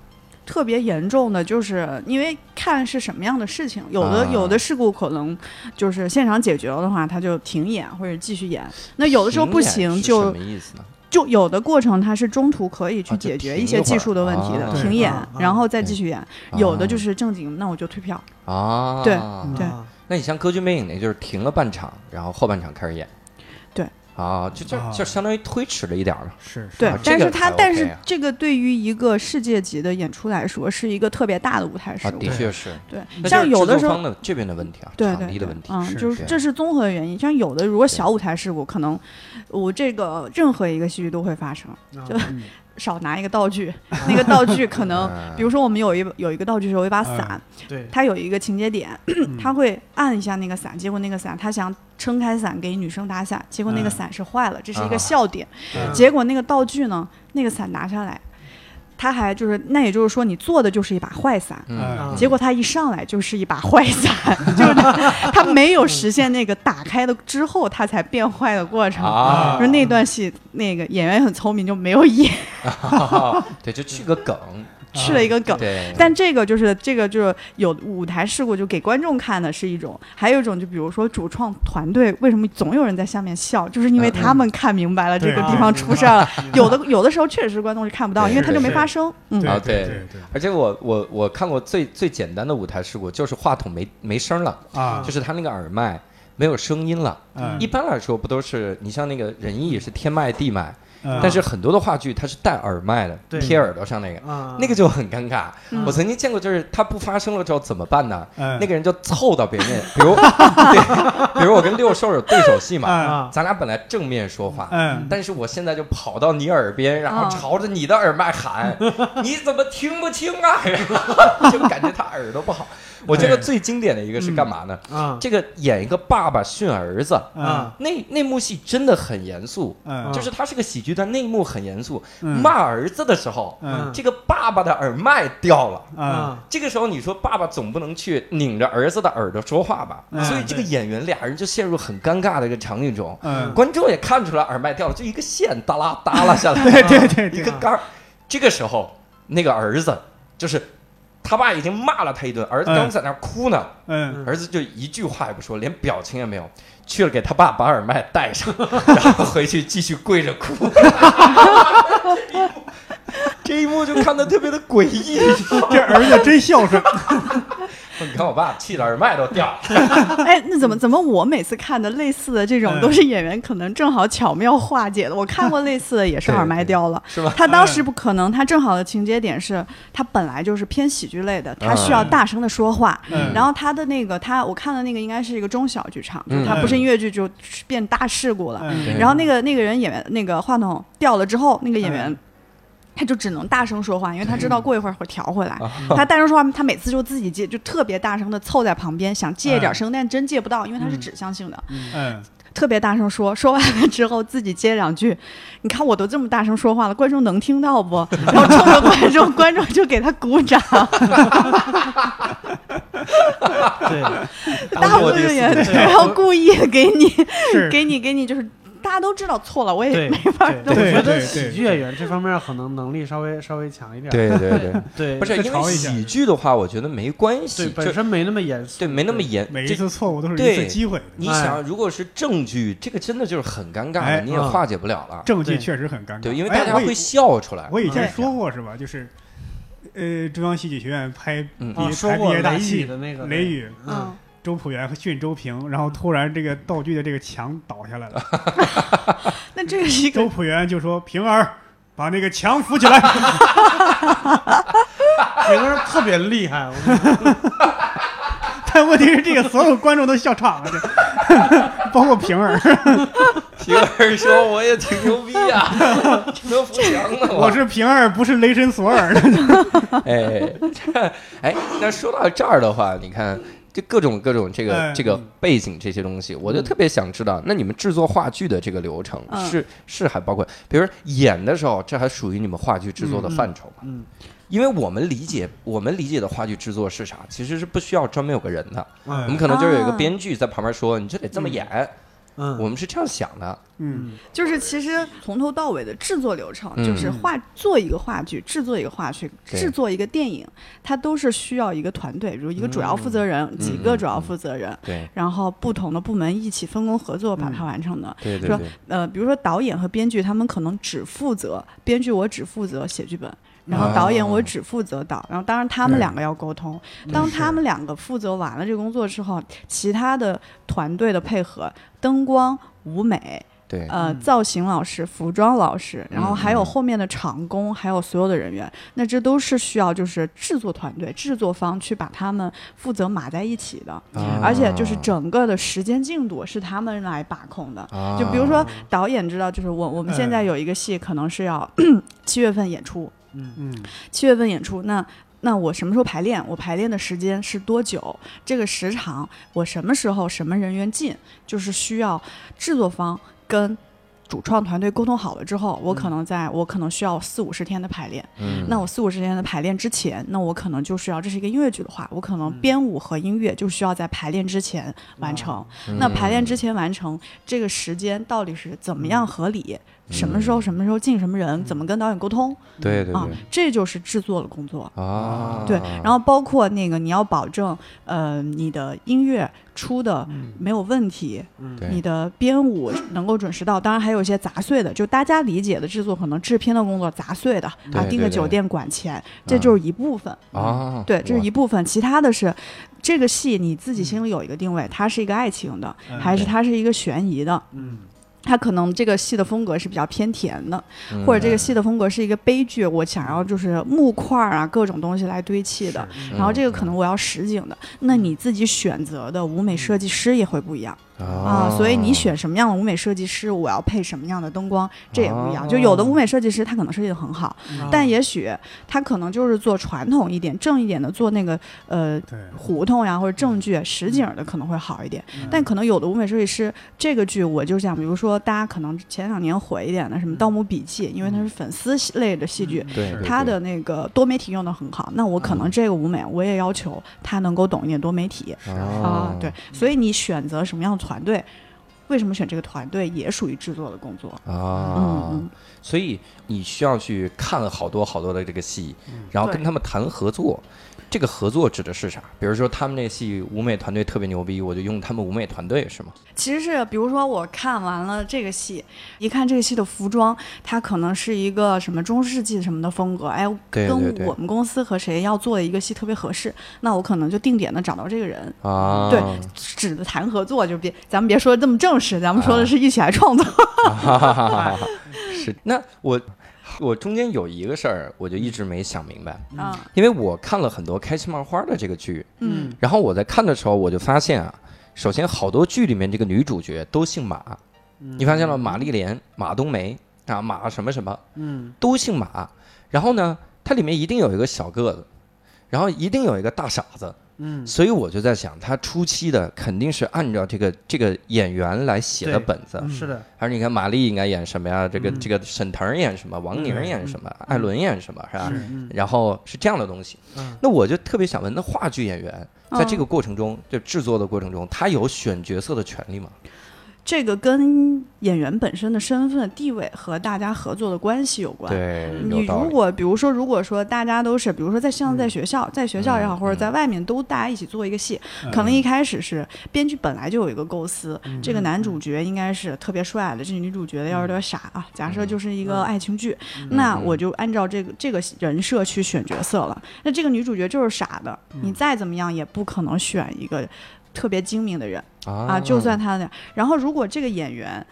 Speaker 4: 特别严重的就是因为看是什么样的事情，有的、
Speaker 1: 啊
Speaker 4: 有的事故可能就是现场解决了的话，它就停演或者继续演。那有的时候不
Speaker 1: 停演
Speaker 4: 行
Speaker 1: 是
Speaker 4: 就
Speaker 1: 什么意思呢？
Speaker 4: 就有的过程它是中途可以去
Speaker 1: 啊就
Speaker 4: 解决
Speaker 1: 停
Speaker 4: 一
Speaker 1: 一
Speaker 4: 些
Speaker 1: 会
Speaker 4: 技
Speaker 1: 儿
Speaker 4: 术的问题的，
Speaker 1: 啊
Speaker 4: 停
Speaker 3: 对
Speaker 4: 演、
Speaker 3: 啊啊
Speaker 4: 然后再
Speaker 1: 对
Speaker 4: 继续演、有的
Speaker 1: 啊
Speaker 4: 就是正经，那我就退票。
Speaker 1: 啊，
Speaker 4: 对对
Speaker 3: 啊
Speaker 1: 那你像《歌剧魅影》那就是停了半场，然后后半场开始演。
Speaker 4: 对。
Speaker 1: 啊，就就
Speaker 2: 啊
Speaker 1: 就相当于推迟了一点儿了。
Speaker 2: 是，是
Speaker 4: 对，
Speaker 1: 啊这
Speaker 4: 但
Speaker 1: 个
Speaker 4: 是它、
Speaker 1: 还
Speaker 4: 但
Speaker 1: OK
Speaker 4: 是
Speaker 1: 啊
Speaker 4: 这个对于一个世界级的演出来说，是一个特别大的舞台事
Speaker 1: 啊，
Speaker 4: 故。
Speaker 1: 的确是。那
Speaker 4: 对，
Speaker 1: 就是
Speaker 4: 像有的
Speaker 1: 制
Speaker 4: 时
Speaker 1: 作
Speaker 4: 候
Speaker 1: 方。的这边的问题啊，
Speaker 4: 对
Speaker 1: 场
Speaker 4: 对
Speaker 1: 地的
Speaker 4: 对
Speaker 1: 问，题。
Speaker 4: 嗯，
Speaker 2: 是
Speaker 4: 就是
Speaker 1: 对
Speaker 4: 这是综合的原因。像有的，如果小舞台事故，可能我这个任何一个戏剧都会发生。
Speaker 3: 啊
Speaker 4: 就少拿一个道具，那个道具 可能，
Speaker 1: 嗯
Speaker 4: 比如说我们有一有一个道具是有一把
Speaker 2: 嗯
Speaker 4: 伞，
Speaker 3: 对，
Speaker 4: 它有一个情节点，嗯他会按一下那个伞，结果那个伞他想撑开伞给女生打伞，结果那个
Speaker 2: 嗯
Speaker 4: 伞是坏了，这是一
Speaker 1: 啊
Speaker 4: 个笑点。
Speaker 3: 嗯
Speaker 4: 结果那个道具呢，那个伞拿下来，他还就是那也就是说你做的就是一把坏伞。
Speaker 2: 嗯
Speaker 3: 啊
Speaker 4: 结果他一上来就是一把坏伞， 就是他他没有实现那个打开的之后，他才变坏的过程。
Speaker 1: 啊
Speaker 4: 就是那段戏，那个演员很聪明，就没有演，
Speaker 1: 对，就去个梗，
Speaker 4: 去了一个梗。
Speaker 1: 对，
Speaker 4: 但这个就是这个就是有舞台事故，就给观众看的是一种，还有一种就比如说主创团队为什么总有人在下面笑，就是
Speaker 1: 嗯
Speaker 4: 因为他们看明白了这个
Speaker 2: 对
Speaker 4: 地方出事儿 了。有的有的时候确实是观众是看不到，
Speaker 1: 对
Speaker 4: 因为他
Speaker 1: 是
Speaker 4: 就没
Speaker 2: 是
Speaker 4: 发生。嗯，
Speaker 1: 啊
Speaker 2: 对
Speaker 1: 对
Speaker 2: 对
Speaker 1: 而且我我我看过最最简单的舞台事故，就是话筒没没声儿了，
Speaker 2: 啊
Speaker 1: 就，是他那个耳麦没有声音了。
Speaker 2: 嗯
Speaker 1: 一般来说不都是你像那个仁义是天麦地麦，
Speaker 2: 嗯
Speaker 1: 但是很多的话剧它是带耳麦的，
Speaker 3: 对
Speaker 1: 贴耳朵上那个，
Speaker 2: 嗯
Speaker 3: 啊，
Speaker 1: 那个就很尴尬。
Speaker 4: 嗯
Speaker 1: 我曾经见过，就是他不发声了之后怎么办呢？
Speaker 2: 嗯
Speaker 1: 那个人就凑到别人，比如 对，比如我跟六兽有对手戏嘛，
Speaker 3: 啊
Speaker 1: 咱俩本来正面说话，
Speaker 2: 嗯
Speaker 1: 但是我现在就跑到你耳边，然
Speaker 2: 哦
Speaker 1: 后
Speaker 4: 啊
Speaker 1: 朝着你的耳麦 喊，你怎么听不清啊？然后就感觉他耳朵不好。
Speaker 2: 哎
Speaker 1: 我觉得最经典的一个是干嘛呢？
Speaker 3: 啊
Speaker 1: 这个演一个爸爸训儿子，
Speaker 2: 嗯
Speaker 3: 啊
Speaker 1: 那那幕戏真的很严肃，
Speaker 2: 嗯
Speaker 1: 就是它是个喜剧，但那一幕很严肃。
Speaker 2: 嗯
Speaker 1: 骂儿子的时候，
Speaker 2: 嗯
Speaker 1: 这个爸爸的耳麦掉了。
Speaker 2: 嗯
Speaker 1: 这个时候，你说爸爸总不能去拧着儿子的耳朵说话吧？
Speaker 2: 嗯
Speaker 1: 所以这个演员俩人就陷入很尴尬的一个场景中。
Speaker 2: 嗯，
Speaker 1: 观众也看出来耳麦掉了，就一个线耷拉耷拉下来，啊
Speaker 2: 对对对
Speaker 1: 一
Speaker 2: 对
Speaker 1: 个杆儿。这个时候，那个儿子就是他爸已经骂了他一顿，儿子
Speaker 2: 嗯
Speaker 1: 刚在那儿哭呢，
Speaker 2: 嗯
Speaker 1: 儿子就一句话也不说，连表情也没有，去了给他爸把耳麦 戴上，然后回去继续跪着哭。 这一幕就看的特别的诡异。
Speaker 2: 这儿子真孝顺，
Speaker 1: 你看我爸气的耳麦都掉了。
Speaker 4: 哎，那怎么怎么我每次看的类似的这种
Speaker 2: 嗯
Speaker 4: 都是演员可能正好巧妙化解的。我看过类似的也是
Speaker 1: 对
Speaker 4: 耳麦掉了，
Speaker 1: 是吧？嗯
Speaker 4: 他当时不可能，他正好的情节点是他本来就是偏喜剧类的，他需要大声的说话。
Speaker 2: 嗯
Speaker 4: 然后他的那个他我看的那个应该是一个中小剧场，
Speaker 1: 嗯
Speaker 4: 就他不是音乐剧就变大事故了。
Speaker 1: 对
Speaker 2: 嗯
Speaker 4: 然后那个那个人演员那个话筒掉了之后，那个演员。
Speaker 2: 嗯
Speaker 4: 他就只能大声说话，因为他知道过一会儿会调回来
Speaker 1: 啊。
Speaker 4: 他大声说话，他每次就自己借，就特别大声的凑在旁边，想借一点声，但真借不到，因为他是
Speaker 3: 嗯
Speaker 4: 指向性的，
Speaker 2: 嗯，
Speaker 4: 特别大声说。说完了之后，自己接两句。你看我都这么大声说话了，观众能听 到不？然后冲着观众，观众就给他鼓掌。
Speaker 3: 啊对，
Speaker 4: 大部分人， 然后故意给你，
Speaker 2: 是
Speaker 4: 给你，给你，就是大家都知道错了，我也
Speaker 3: 对
Speaker 4: 没法儿弄。
Speaker 3: 对我觉
Speaker 2: 对
Speaker 3: 得
Speaker 2: 对
Speaker 3: 喜剧演员这方面可能能力稍微稍微强一点。
Speaker 1: 对对对，
Speaker 3: 对，
Speaker 1: 不是
Speaker 2: 再
Speaker 1: 因
Speaker 2: 嘲
Speaker 1: 为
Speaker 2: 一下
Speaker 1: 喜剧的话，我觉得没关
Speaker 3: 对
Speaker 1: 系，就
Speaker 3: 本身没那么严肃，
Speaker 1: 对没那么严。
Speaker 2: 每一
Speaker 1: 这
Speaker 2: 次错误都是一
Speaker 1: 对
Speaker 2: 次机会，
Speaker 1: 你想，如果是正剧，这个真的就是很尴尬
Speaker 2: 哎
Speaker 1: 的，你也
Speaker 3: 嗯
Speaker 1: 化解不了了。
Speaker 2: 证据
Speaker 3: 对
Speaker 2: 确实很尴尬，
Speaker 1: 对，因为
Speaker 2: 哎
Speaker 1: 大家
Speaker 2: 我以
Speaker 1: 会笑出来。哎
Speaker 2: 我以前
Speaker 4: 嗯
Speaker 2: 说过是吧？就是，呃，中央戏剧学院拍
Speaker 1: 嗯
Speaker 2: 毕
Speaker 3: 啊，说
Speaker 2: 拍毕
Speaker 3: 过
Speaker 2: 业大
Speaker 3: 雷
Speaker 2: 戏
Speaker 3: 雨的那个
Speaker 2: 《雷，雨》，
Speaker 3: 嗯，
Speaker 2: 周朴园训周平，然后突然这个道具的这个墙倒下 来了，
Speaker 4: 那这个是一个
Speaker 2: 周朴园就说：“平儿，把那个墙扶起来。”
Speaker 3: 平儿特别厉害，我跟你说
Speaker 2: 但问题是，这个所有观众都笑场了，这 包括平 儿。
Speaker 1: 平儿说我也挺牛逼啊， 这能扶墙呢
Speaker 2: 我是平儿，不是雷神索尔。
Speaker 1: 哎，这哎，那说到这儿的话，你看。就各种各种这个
Speaker 2: 嗯
Speaker 1: 这个背景这些东西，我就特别想知道，那你们制作话剧的这个流程
Speaker 4: 嗯
Speaker 1: 是是还包括，比如说演的时候，这还属于你们话剧制作的范畴吗？
Speaker 3: 嗯
Speaker 1: 因为我们理解我们理解的话剧制作是啥，其实是不需要专门有个人的，我们
Speaker 2: 嗯
Speaker 1: 可能就是有一个
Speaker 4: 啊
Speaker 1: 编剧在旁边说，你就得这么演，
Speaker 3: 嗯，
Speaker 1: 我们是这样想的。
Speaker 2: 嗯，
Speaker 4: 就是其实从头到尾的制作流程，
Speaker 1: 嗯
Speaker 4: 就是话做一个话剧，制作一个话剧，
Speaker 1: 对
Speaker 4: 制作一个电影，它都是需要一个团队，比如一个主要负责
Speaker 1: 嗯
Speaker 4: 人，几个主要负责人，
Speaker 1: 对
Speaker 4: 然后不同的部门一起分工合作把它完成的。
Speaker 1: 嗯对
Speaker 4: 说呃，比如说导演和编剧，他们可能只负责编剧，我只负责写剧本。然后导演我
Speaker 1: 哦
Speaker 4: 只负责导，然后当然他们两个要沟通。
Speaker 1: 嗯
Speaker 4: 当他们两个负责完了这个工作之后，其他的团队的配合，灯光、舞美，
Speaker 1: 对，
Speaker 4: 呃，
Speaker 3: 嗯
Speaker 4: 造型老师、服装老师，然后还有
Speaker 1: 嗯
Speaker 4: 后面的场工，还有所有的人员，那这都是需要就是制作团队、制作方去把他们负责码在一起的，
Speaker 1: 啊
Speaker 4: 而且就是整个的时间进度是他们来把控的。
Speaker 1: 啊嗯
Speaker 4: 就比如说导演知道，就是我我们现在有一个戏可能是要 七月份演出，
Speaker 2: 嗯，
Speaker 4: 七月份演出，那那我什么时候排练？我排练的时间是多久？这个时长，我什么时候什么人员进？就是需要制作方跟主创团队沟通好了之后，我可能在、我可能需要四五十天的排练。
Speaker 1: 嗯
Speaker 4: 那我四五十天的排练之前，那我可能就是要这是一个音乐剧的话，我可能
Speaker 1: 嗯
Speaker 4: 编舞和音乐就需要在排练之前完成。
Speaker 1: 啊
Speaker 4: 那
Speaker 1: 嗯
Speaker 4: 排练之前完成这个时间到底是怎么样合理？什么时候什么时候进什么人？怎么跟导演沟通？
Speaker 1: 对嗯对
Speaker 4: 啊，这就是制作的工作。
Speaker 1: 对啊，
Speaker 4: 嗯对，然后包括那个你要保证，呃，你的音乐出的没有问题，
Speaker 1: 对
Speaker 4: 你的编舞能够准时到。当然还有一些杂碎的，就大家理解的制作可能制片的工作杂碎的
Speaker 1: 对
Speaker 4: 啊，
Speaker 1: 对
Speaker 4: 订个
Speaker 1: 对
Speaker 4: 酒店管钱，这就是一部分。
Speaker 1: 啊，
Speaker 4: 对，这是
Speaker 1: 哇
Speaker 4: 一部分，其他的是。这个戏你自己心里有一个定位，它是一个爱情的，
Speaker 2: 嗯
Speaker 4: 还是
Speaker 1: 对
Speaker 4: 它是一个悬疑的？
Speaker 3: 嗯
Speaker 4: 它可能这个戏的风格是比较偏甜的，
Speaker 1: 嗯
Speaker 4: 或者这个戏的风格是一个悲剧，我想要就是木块儿啊各种东西来堆砌的，
Speaker 1: 嗯嗯
Speaker 4: 然后这个可能我要实景的，那你自己选择的舞美设计师也会不一样
Speaker 1: 哦
Speaker 4: 啊，所以你选什么样的舞美设计师，我要配什么样的灯光，这也不一样。就有
Speaker 1: 哦
Speaker 4: 的舞美设计师他可能设计的很好，
Speaker 3: 嗯
Speaker 4: 但也许他可能就是做传统一点、正一点的，做那个呃
Speaker 2: 对，
Speaker 4: 胡同呀或者正剧实景的可能会好一点，
Speaker 2: 嗯
Speaker 4: 但可能有的舞美设计师这个剧我就想，比如说大家可能前两年火一点的什么《盗墓笔记》，因为它是粉丝类的戏剧，
Speaker 1: 嗯对
Speaker 2: 是
Speaker 1: 对
Speaker 4: 它
Speaker 1: 对
Speaker 4: 的那个多媒体用的很好，那我可能这个舞美我也要求它能够懂一点多媒体
Speaker 1: 啊
Speaker 4: 啊，对，所以你选择什么样的团队。为什么选这个团队，也属于制作的工作。
Speaker 1: 啊
Speaker 4: 嗯，嗯，
Speaker 1: 所以你需要去看好多好多的这个戏，然后跟
Speaker 4: 嗯对
Speaker 1: 他们谈合作。这个合作指的是啥？比如说他们那戏舞美团队特别牛逼，我就用他们舞美团队是吗？
Speaker 4: 其实是比如说我看完了这个戏，一看这个戏的服装，它可能是一个什么中世纪什么的风格，哎，
Speaker 1: 对对
Speaker 4: 跟
Speaker 1: 对
Speaker 4: 我们公司和谁要做的一个戏特别合适，那我可能就定点的找到这个人。
Speaker 1: 啊，
Speaker 4: 对，指的谈合作就别，咱们别说的这么正式，咱们说
Speaker 1: 啊
Speaker 4: 的是一起来创作。
Speaker 1: 哈哈哈哈哈，是。那我我中间有一个事儿，我就一直没想明白，
Speaker 4: 嗯
Speaker 1: 因为我看了很多开心麻花的这个剧，
Speaker 4: 嗯，
Speaker 1: 然后我在看的时候，我就发现啊，首先好多剧里面这个女主角都姓马，
Speaker 3: 嗯
Speaker 1: 你发现了马丽莲、马冬梅啊，马什么什么
Speaker 3: 嗯
Speaker 1: 都姓马。然后呢，它里面一定有一个小个子，然后一定有一个大傻子，
Speaker 3: 嗯，
Speaker 1: 所以我就在想，他初期的肯定是按照这个这个演员来写的
Speaker 3: 对嗯
Speaker 1: 本子，
Speaker 3: 是的，
Speaker 1: 还是你看玛丽应该演什么呀？这个、
Speaker 3: 嗯
Speaker 1: 这个沈腾演什么？王宁演什么？艾伦演什嗯么？是吧？
Speaker 3: 嗯
Speaker 1: 然后是这样的东西。
Speaker 3: 嗯
Speaker 1: 那我就特别想问，那话剧演员
Speaker 4: 嗯
Speaker 1: 在这个过程中，就制作的过程中，他有选角色的权利吗？
Speaker 4: 这个跟演员本身的身份地位和大家合作的关系有关。
Speaker 1: 对
Speaker 4: 你如果比如说，如果说大家都是，比如说在像在学校，在学校也好，
Speaker 1: 嗯
Speaker 4: 或者在外面，都大家一起做一个戏，可能一开始是编剧本来就有一个构思，这个男主角应该是特别帅的，这女主角要是有点傻啊，假设就是一个爱情剧，那我就按照这个这个人设去选角色了。那这个女主角就是傻的，你再怎么样也不可能选一个特别精明的人。
Speaker 1: 啊
Speaker 4: 啊，就算他那样。然后如果这个演员。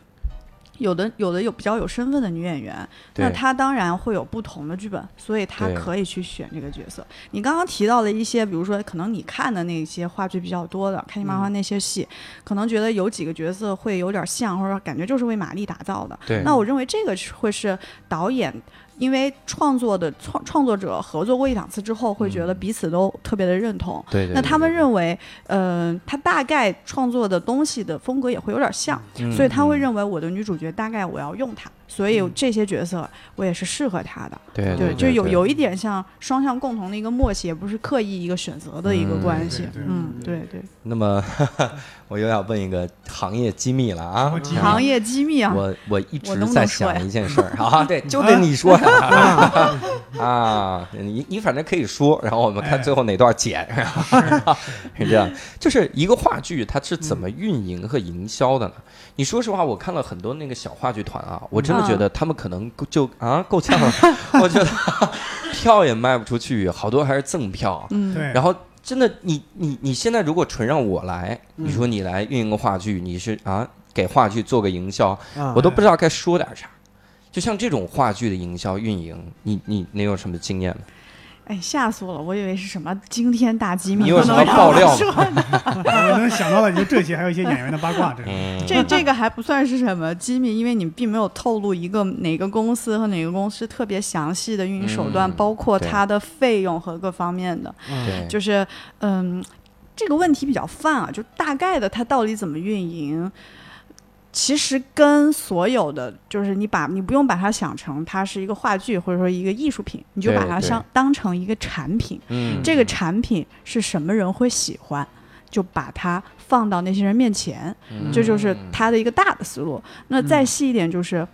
Speaker 4: 有的有的有比较有身份的女演员，
Speaker 1: 对
Speaker 4: 那她当然会有不同的剧本，所以她
Speaker 1: 对
Speaker 4: 可以去选这个角色。你刚刚提到了一些，比如说可能你看的那些话剧比较多的，开心麻
Speaker 1: 嗯
Speaker 4: 花那些戏，可能觉得有几个角色会有点像，或者感觉就是为玛丽打造的。
Speaker 1: 对，
Speaker 4: 那我认为这个是会是导演，因为创作的创创作者合作过一两次之后，会觉得
Speaker 1: 嗯
Speaker 4: 彼此都特别的认同，
Speaker 1: 对对，
Speaker 4: 那他们
Speaker 1: 对
Speaker 4: 认为，呃，他大概创作的东西的风格也会有点像，
Speaker 1: 嗯
Speaker 4: 所以他会
Speaker 1: 嗯
Speaker 4: 认为我的女主角大概我要用她，所以这些角色我也是适合她的，
Speaker 1: 对
Speaker 4: 就
Speaker 1: 对
Speaker 4: 就有
Speaker 1: 对
Speaker 4: 有一点像双向共同的一个默契，也不是刻意一个选择的一个
Speaker 1: 嗯
Speaker 4: 关系
Speaker 2: 对对，
Speaker 4: 嗯，对对，
Speaker 1: 那么 我又要问一个行业机密了啊
Speaker 2: 什么机，密
Speaker 1: 啊
Speaker 4: 行业机密啊，
Speaker 1: 我我一
Speaker 4: 我
Speaker 1: 直
Speaker 4: 能不
Speaker 1: 在
Speaker 4: 能说呀
Speaker 1: 想一件事儿 啊，对，就得 你说呀啊，你你反正可以说，然后我们看最后哪段剪， 是这样，就是一个话剧它是怎么运营和营销的呢？你说实话，我看了很多那个小话剧团啊，我真的觉
Speaker 4: 嗯
Speaker 1: 得他们可能够就啊够呛了， 我觉得票也卖不出去，好多还是赠票，啊
Speaker 4: 嗯，
Speaker 2: 对，
Speaker 1: 然后真的，你你你现在如果纯让我来，你
Speaker 4: 嗯
Speaker 1: 说你来运营个话剧，你是啊给话剧做个营销，
Speaker 3: 啊
Speaker 4: 哎
Speaker 1: 我都不知道该说点啥。就像这种话剧的营销运营，你你你有什么经验吗？
Speaker 4: 哎，吓死我了，我以为是什么惊天大机密，
Speaker 1: 你有
Speaker 4: 不
Speaker 1: 什
Speaker 4: 能
Speaker 1: 么
Speaker 4: 让
Speaker 1: 爆
Speaker 4: 我
Speaker 1: 料
Speaker 4: 说
Speaker 2: 我能想到的就这些，还有一些演员的八卦，这 是
Speaker 1: 嗯，
Speaker 4: 这这个还不算是什么机密，因为你并没有透露一个哪个公司和哪个公司特别详细的运营手段，
Speaker 1: 嗯
Speaker 4: 包括
Speaker 1: 对
Speaker 4: 它的费用和各方面的。
Speaker 1: 对，
Speaker 4: 就是嗯，这个问题比较泛啊，就大概的它到底怎么运营。其实跟所有的，就是你把你不用把它想成它是一个话剧或者说一个艺术品，你就
Speaker 1: 对
Speaker 4: 把它
Speaker 1: 对
Speaker 4: 当当成一个产品。
Speaker 1: 嗯，
Speaker 4: 这个产品是什么人会喜欢，就把它放到那些人面前，
Speaker 1: 嗯
Speaker 4: 这
Speaker 3: 嗯
Speaker 4: 就是他的一个大的思路。那再细一点就是。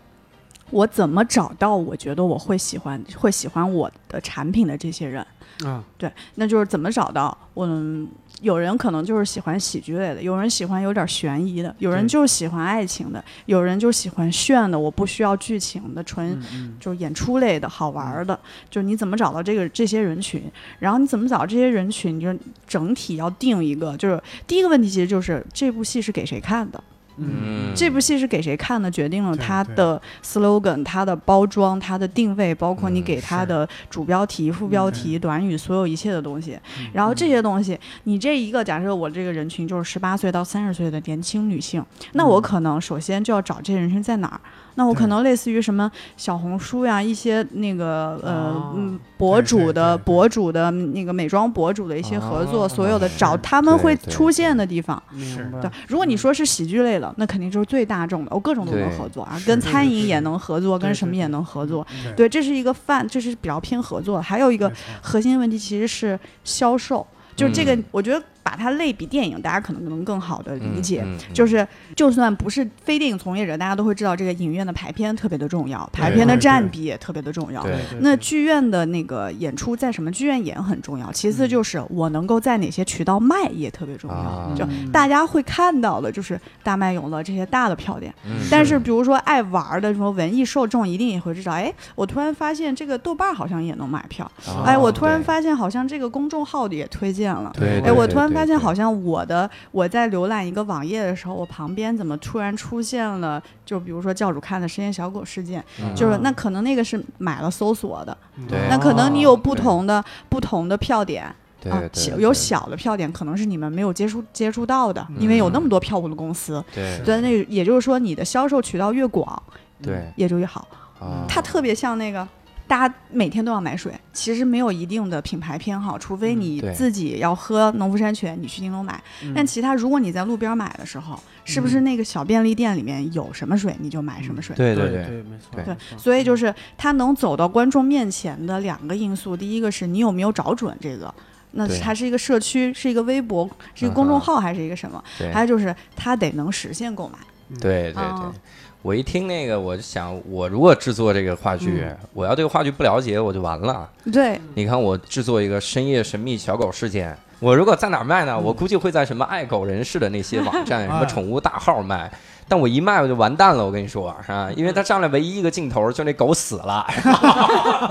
Speaker 4: 我怎么找到我觉得我会喜欢会喜欢我的产品的这些人？
Speaker 3: 啊，
Speaker 4: 对，那就是怎么找到？嗯，有人可能就是喜欢喜剧类的，有人喜欢有点悬疑的，有人
Speaker 3: 对
Speaker 4: 就喜欢爱情的，有人就喜欢炫的，我不需要剧情的，纯
Speaker 3: 嗯嗯
Speaker 4: 就是演出类的好玩儿的，就是你怎么找到这个这些人群，然后你怎么找到这些人群，你就整体要定一个，就是第一个问题其实就是这部戏是给谁看的，
Speaker 1: 嗯，
Speaker 4: 这部戏是给谁看的，决定了
Speaker 2: 对
Speaker 4: 它
Speaker 2: 对
Speaker 4: 的 slogan、它的包装、它的定位，包括你
Speaker 1: 嗯
Speaker 4: 给它
Speaker 2: 是嗯
Speaker 4: 的主标题、副标题、短语，所有一切的东西。然后这些东西，你这一个假设我这个人群就是十八岁到三十岁的年轻女性，那
Speaker 2: 嗯
Speaker 4: 我可能首先就要找这些人群在哪儿。那我可能类似于什么小红书呀，一些那个呃
Speaker 3: 哦
Speaker 4: 嗯博主
Speaker 2: 对对
Speaker 4: 的
Speaker 2: 对哦
Speaker 4: 博主的那个美妆博主的一些合作，所有的找他们
Speaker 1: 对
Speaker 4: 会
Speaker 1: 对
Speaker 4: 出
Speaker 1: 对
Speaker 4: 现的地方。
Speaker 3: 嗯明白
Speaker 4: 对，如果你
Speaker 2: 嗯
Speaker 4: 说是喜剧类的，那肯定就是最大众的，哦我、各种都能
Speaker 1: 对
Speaker 4: 合作啊，
Speaker 2: 是
Speaker 4: 跟
Speaker 2: 对
Speaker 4: 餐
Speaker 2: 对
Speaker 4: 饮
Speaker 2: 对
Speaker 4: 也能合作，
Speaker 2: 对
Speaker 4: 跟
Speaker 2: 对
Speaker 4: 什么
Speaker 2: 对嗯
Speaker 4: 也能合作。
Speaker 2: 对
Speaker 4: 对，这是一个泛，这是比较偏合作的。还有一个
Speaker 2: 没错
Speaker 4: 核心问题其实是销售，就是这个
Speaker 1: 嗯，
Speaker 4: 我觉得把它类比电影，大家可能能更好的理解。
Speaker 1: 嗯嗯
Speaker 4: 就是，就算不是非电影从业者，大家都会知道这个影院的排片特别的重要，排
Speaker 1: 对
Speaker 4: 片的
Speaker 2: 对
Speaker 4: 占
Speaker 2: 对
Speaker 4: 比也特别的重要。
Speaker 1: 对
Speaker 4: 那剧院的那个演出在什么剧院演很重要，其
Speaker 1: 嗯
Speaker 4: 次就是我能够在哪些渠道卖也特别重要。
Speaker 1: 啊
Speaker 4: 就大家会看到的就是大麦永乐这些大的票点，
Speaker 1: 嗯
Speaker 4: 但是比如说爱玩儿的什么文艺受众一定也会知道，哎，我突然发现这个豆瓣儿好像也能买票，
Speaker 1: 啊
Speaker 4: 哎，我突然
Speaker 1: 对
Speaker 4: 发现好像这个公众号也推荐了。
Speaker 1: 对，
Speaker 4: 哎，
Speaker 1: 对
Speaker 4: 我突然发现，，
Speaker 1: 对
Speaker 4: 好像我的我在浏览一个网页的时候，我旁边怎么突然出现了，就比如说教主看的实验小狗事件，
Speaker 1: 对嗯
Speaker 4: 就是那可能那个是买了搜索的，
Speaker 1: 对
Speaker 4: 那可能你有不
Speaker 1: 对
Speaker 4: 同的不同的票点
Speaker 1: 对
Speaker 4: 啊
Speaker 1: 对，
Speaker 4: 小
Speaker 1: 对
Speaker 4: 有小的票点可能是你们没有接触接触到的，因
Speaker 1: 嗯
Speaker 4: 为有那么多票务的公司，
Speaker 1: 对
Speaker 4: 对，那也就是说你的销售渠道越广，
Speaker 1: 对
Speaker 4: 也就越好。
Speaker 1: 啊，
Speaker 4: 它特别像那个。大家每天都要买水，其实没有一定的品牌偏好，除非
Speaker 3: 嗯
Speaker 4: 你
Speaker 1: 对嗯
Speaker 4: 自己要喝农夫山泉，你去京东买。但其他，如果你在路边买的时候，是不是那个小便利店里面有什么水你就买什么水？
Speaker 1: 嗯对
Speaker 3: 对
Speaker 1: 对，
Speaker 3: 对，没错，
Speaker 1: 对
Speaker 3: 没错
Speaker 4: 所以就是它能走到观众面前的两个因素，第一个是你有没有找准这个，那
Speaker 1: 对嗯
Speaker 4: 它是一个社区，是一个微博，是一个公众号还是一个什么？
Speaker 1: 对
Speaker 4: 还有就是它得能实现购买。
Speaker 3: 嗯
Speaker 1: 对对对
Speaker 4: 哦，
Speaker 1: 我一听那个，我就想，我如果制作这个话剧，
Speaker 4: 嗯
Speaker 1: 我要对话剧不了解，我就完了。
Speaker 4: 对，
Speaker 1: 你看，我制作一个深夜神秘小狗事件，我如果在哪儿卖
Speaker 4: 嗯
Speaker 1: 呢？我估计会在什么爱狗人士的那些网 站、什么宠物大号卖。但我一卖我就完蛋了，我跟你说啊，因为它上来唯一一个镜头就那狗死了，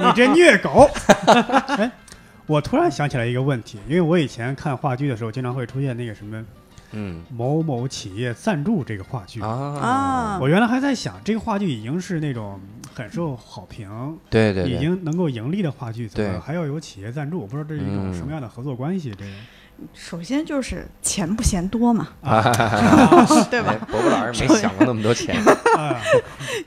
Speaker 2: 你这虐 狗！哎，我突然想起来一个问题，因为我以前看话剧的时候，经常会出现那个什么
Speaker 1: 嗯
Speaker 2: 某某企业赞助这个话
Speaker 3: 嗯
Speaker 2: 剧。
Speaker 1: 啊
Speaker 4: 啊，
Speaker 2: 我原来还在想，这个话剧已经是那种很受好评、
Speaker 1: 对对
Speaker 2: 已
Speaker 1: 对，
Speaker 2: 经能够盈利的话剧，怎
Speaker 1: 对嗯
Speaker 2: 么还要有企业赞助？我不知道这是一种什么样的合作关系。这 个
Speaker 4: 首先就是钱不嫌多嘛，
Speaker 2: 啊
Speaker 4: 对吧
Speaker 1: 哎？伯伯老师没想过那么多 钱，
Speaker 2: 啊，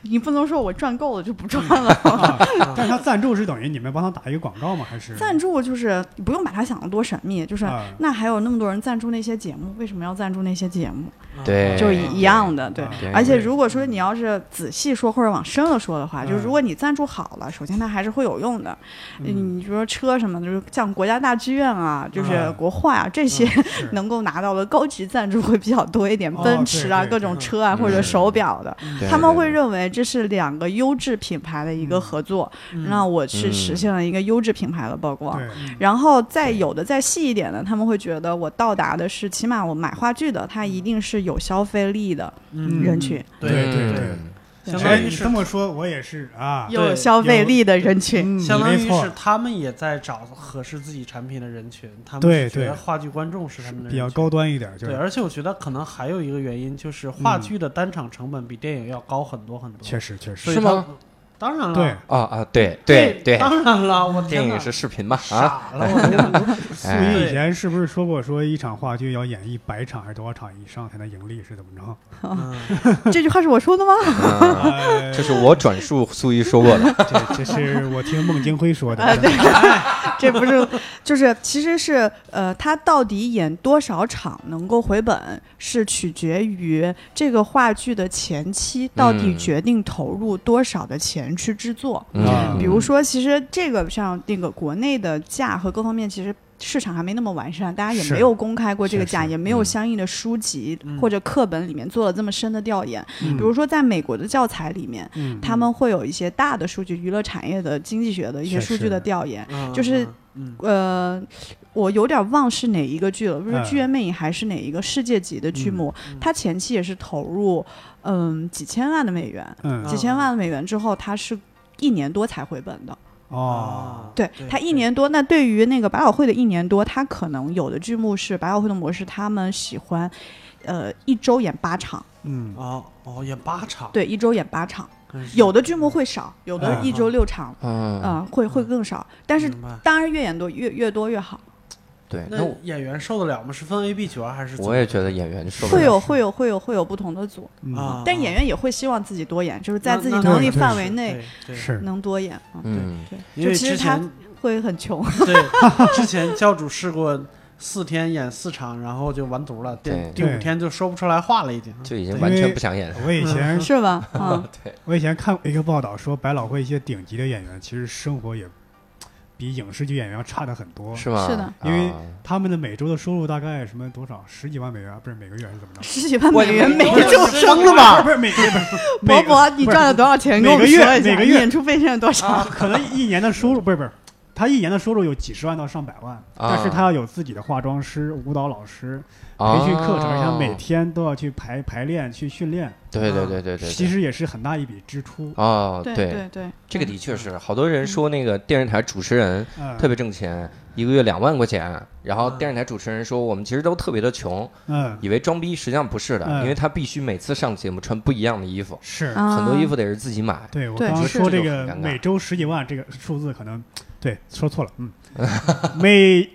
Speaker 4: 你不能说我赚够了就不赚了。
Speaker 2: 但是他赞助是等于你们帮他打一个广告吗？还是
Speaker 4: 赞助就是你不用把它想的多神秘，就是
Speaker 2: 啊
Speaker 4: 那还有那么多人赞助那些节目，为什么要赞助那些节目？
Speaker 2: 哎
Speaker 1: 对，
Speaker 4: 就是一样的，对
Speaker 2: 对。
Speaker 1: 对
Speaker 4: 而且如果说你要是仔细说或者往深了说的
Speaker 2: 嗯
Speaker 4: 话，就是如果你赞助好了，首先它还是会有用的。嗯，你比如说车什么的，就是像国家大剧院啊，就是
Speaker 2: 嗯
Speaker 4: 国画啊这些
Speaker 2: 是
Speaker 4: 能够拿到的高级赞助会比较多一点，
Speaker 2: 哦
Speaker 4: 奔驰啊、
Speaker 2: 对对
Speaker 4: 各种车啊或者手表的，
Speaker 1: 对
Speaker 4: 他们
Speaker 1: 对
Speaker 4: 会
Speaker 1: 对
Speaker 4: 认为这是两个优质品牌的一个合作，
Speaker 3: 嗯
Speaker 4: 那我是实现了一个优质品牌的曝光。
Speaker 2: 对
Speaker 4: 然后再有的再细一点的，他们会觉得我到达的是，起码我买话剧的，它一定是有消费力的
Speaker 3: 嗯
Speaker 4: 人群，
Speaker 3: 对
Speaker 2: 对
Speaker 3: 对
Speaker 2: 对
Speaker 3: 对
Speaker 2: 对，
Speaker 1: 嗯
Speaker 3: 相
Speaker 2: 哎
Speaker 3: 当于
Speaker 2: 你
Speaker 3: 是
Speaker 2: 这么说，我也是啊。
Speaker 4: 又有
Speaker 3: 对
Speaker 4: 消费力的人群。
Speaker 2: 嗯
Speaker 3: 相当
Speaker 2: 没
Speaker 3: 于
Speaker 2: 错
Speaker 3: 是他们也在找合适自己产品的人群，他们
Speaker 2: 对
Speaker 3: 是觉得
Speaker 2: 对
Speaker 3: 话剧观众是他们的
Speaker 2: 比
Speaker 3: 人
Speaker 2: 较
Speaker 3: 群
Speaker 2: 高端一点，就
Speaker 3: 对，
Speaker 2: 是
Speaker 3: 而且我觉得可能还有一个原因就是话剧的单场成本比电影要高很多很多，
Speaker 2: 嗯确实确实
Speaker 3: 所以
Speaker 1: 是
Speaker 3: 它
Speaker 1: 吗？
Speaker 3: 当然了，
Speaker 2: 对。
Speaker 1: 啊啊，对对对，
Speaker 3: 当然了，我
Speaker 1: 电
Speaker 3: 天哪
Speaker 1: 影是视频嘛啊，
Speaker 3: 傻了，我天 哪！
Speaker 2: 素
Speaker 1: 哎
Speaker 2: 一以前是不是说过，说一场话剧要演绎百场还是多少场以上才能盈利，是怎么着？
Speaker 3: 嗯
Speaker 4: 这句话是我说的吗？
Speaker 1: 嗯
Speaker 2: 呃
Speaker 1: 这是我转述苏一说过 的，
Speaker 2: 这这是我听孟京辉说的。
Speaker 4: 啊，对，这不是，就是其实是呃，他到底演多少场能够回本，是取决于这个话剧的前期到底
Speaker 1: 嗯
Speaker 4: 决定投入多少的钱去制作。
Speaker 2: 啊
Speaker 1: 嗯
Speaker 4: 比如说，其实这个像那个国内的价和各方面，其实市场还没那么完善，大家也
Speaker 2: 是
Speaker 4: 没有公开过这个
Speaker 2: 是
Speaker 4: 价，
Speaker 2: 是
Speaker 4: 也没有
Speaker 1: 嗯
Speaker 4: 相应的书籍
Speaker 3: 嗯
Speaker 4: 或者课本里面做了这么深的调研。
Speaker 2: 嗯
Speaker 4: 比如说，在美国的教材里面，
Speaker 2: 嗯
Speaker 4: 他们会有一些大的数据，娱乐产业的经济学的一些
Speaker 2: 是
Speaker 4: 数据
Speaker 2: 是
Speaker 4: 的调研。
Speaker 3: 嗯
Speaker 4: 就是
Speaker 3: 嗯
Speaker 4: 呃，我有点忘是哪一个剧了，不是
Speaker 2: 嗯
Speaker 4: 《剧院魅影》还是哪一个世界级的剧目？它前期也是投入嗯几千万的美元，
Speaker 2: 嗯
Speaker 4: 几千万的美元之后，它是一年多才回本的。
Speaker 3: 啊嗯
Speaker 2: 哦，
Speaker 4: 对他一年多，那对于那个百老汇的一年多，他可能有的剧目是百老汇的模式，他们喜欢，呃，一周演八场，
Speaker 2: 嗯
Speaker 3: 哦哦演八场，嗯
Speaker 4: 对，一周演八场，
Speaker 3: 真是
Speaker 4: 有的剧目会少，有的
Speaker 2: 嗯
Speaker 4: 一周六场，
Speaker 1: 嗯
Speaker 4: 嗯、会会更少，但是
Speaker 3: 明白
Speaker 4: 当然越演多越越多越好，
Speaker 1: 对，
Speaker 3: 那
Speaker 1: 那我
Speaker 3: 演员受得了吗？是分 A B 角还是怎么？
Speaker 1: 我也觉得演员受不
Speaker 4: 会
Speaker 1: 了，
Speaker 4: 有会有会有会有不同的组，
Speaker 2: 嗯，
Speaker 3: 啊，
Speaker 4: 但演员也会希望自己多演，就是在
Speaker 3: 那
Speaker 4: 自己
Speaker 3: 那
Speaker 4: 能力
Speaker 2: 对对
Speaker 4: 范
Speaker 2: 是
Speaker 4: 围内
Speaker 3: 对对，
Speaker 2: 是
Speaker 4: 能多演，嗯，
Speaker 1: 嗯，
Speaker 4: 对，
Speaker 3: 因
Speaker 4: 就
Speaker 3: 为
Speaker 4: 其实
Speaker 3: 之
Speaker 4: 他
Speaker 3: 前
Speaker 4: 会 很穷，
Speaker 3: 对之前教主试过四天演四场，然后就完犊了，第
Speaker 1: 对
Speaker 3: 第五天就说不出来话了，已经。
Speaker 1: 就已经完全不想演了。
Speaker 2: 我以前
Speaker 4: 是 吧？嗯，
Speaker 1: 对，
Speaker 2: 我以前看过一个报道，说百老汇一些顶级的演员，其实生活也比影视剧演员要差的很多，
Speaker 1: 是吗？
Speaker 4: 是的
Speaker 2: 因为
Speaker 1: 啊
Speaker 2: 他们的每周的收入大概什么多少十几万美元，不是每个月还是怎么着？
Speaker 4: 十几万
Speaker 1: 我
Speaker 4: 美元每个
Speaker 3: 周生的
Speaker 2: 啊
Speaker 3: 吧？
Speaker 2: 不是每不是每
Speaker 4: 伯
Speaker 2: 个
Speaker 4: 伯，你赚了多少钱？
Speaker 2: 不
Speaker 4: 跟
Speaker 2: 是
Speaker 4: 我们说一
Speaker 2: 每个月
Speaker 4: 下，
Speaker 2: 每个
Speaker 4: 你
Speaker 2: 月
Speaker 4: 演出费剩下多少？
Speaker 2: 啊，可能一年的收入不是不是，他一年的收入有几十万到上百万，但是他要有自己的化妆师、舞蹈老师、培训课程，像每
Speaker 1: 啊
Speaker 2: 天都要去排排练、去训练，
Speaker 1: 对对对对对，
Speaker 2: 其实也是很大一笔支出。
Speaker 1: 哦，
Speaker 4: 对对对，
Speaker 1: 这个的确是，好多人说那个电视台主持人
Speaker 2: 嗯，
Speaker 1: 特别挣钱，一个月两万块钱。然后电视台主持人说，我们其实都特别的穷，
Speaker 2: 嗯，
Speaker 1: 以为装逼，实际上不是的，
Speaker 2: 嗯
Speaker 1: 因为他必须每次上节目穿不一样的衣服，
Speaker 2: 是，
Speaker 4: 啊
Speaker 1: 很多衣服得是自己买。
Speaker 2: 对我
Speaker 4: 对
Speaker 2: 刚刚
Speaker 1: 是
Speaker 2: 说
Speaker 1: 这
Speaker 2: 这
Speaker 1: 就很
Speaker 2: 个
Speaker 1: 尴尬
Speaker 2: 每周十几万这个数字可能对说错了，嗯，每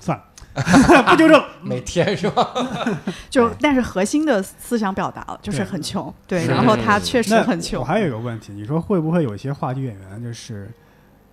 Speaker 2: 算了， 不纠正，
Speaker 1: 每天是吧？
Speaker 4: 就
Speaker 1: 哎
Speaker 4: 但是核心的思想表达了，就是
Speaker 2: 对
Speaker 4: 很穷，对，
Speaker 1: 是
Speaker 4: 然后他 确实
Speaker 2: 那
Speaker 4: 很
Speaker 2: 我
Speaker 4: 穷，
Speaker 2: 还有一个问题，你说会不会有一些话剧演员就是，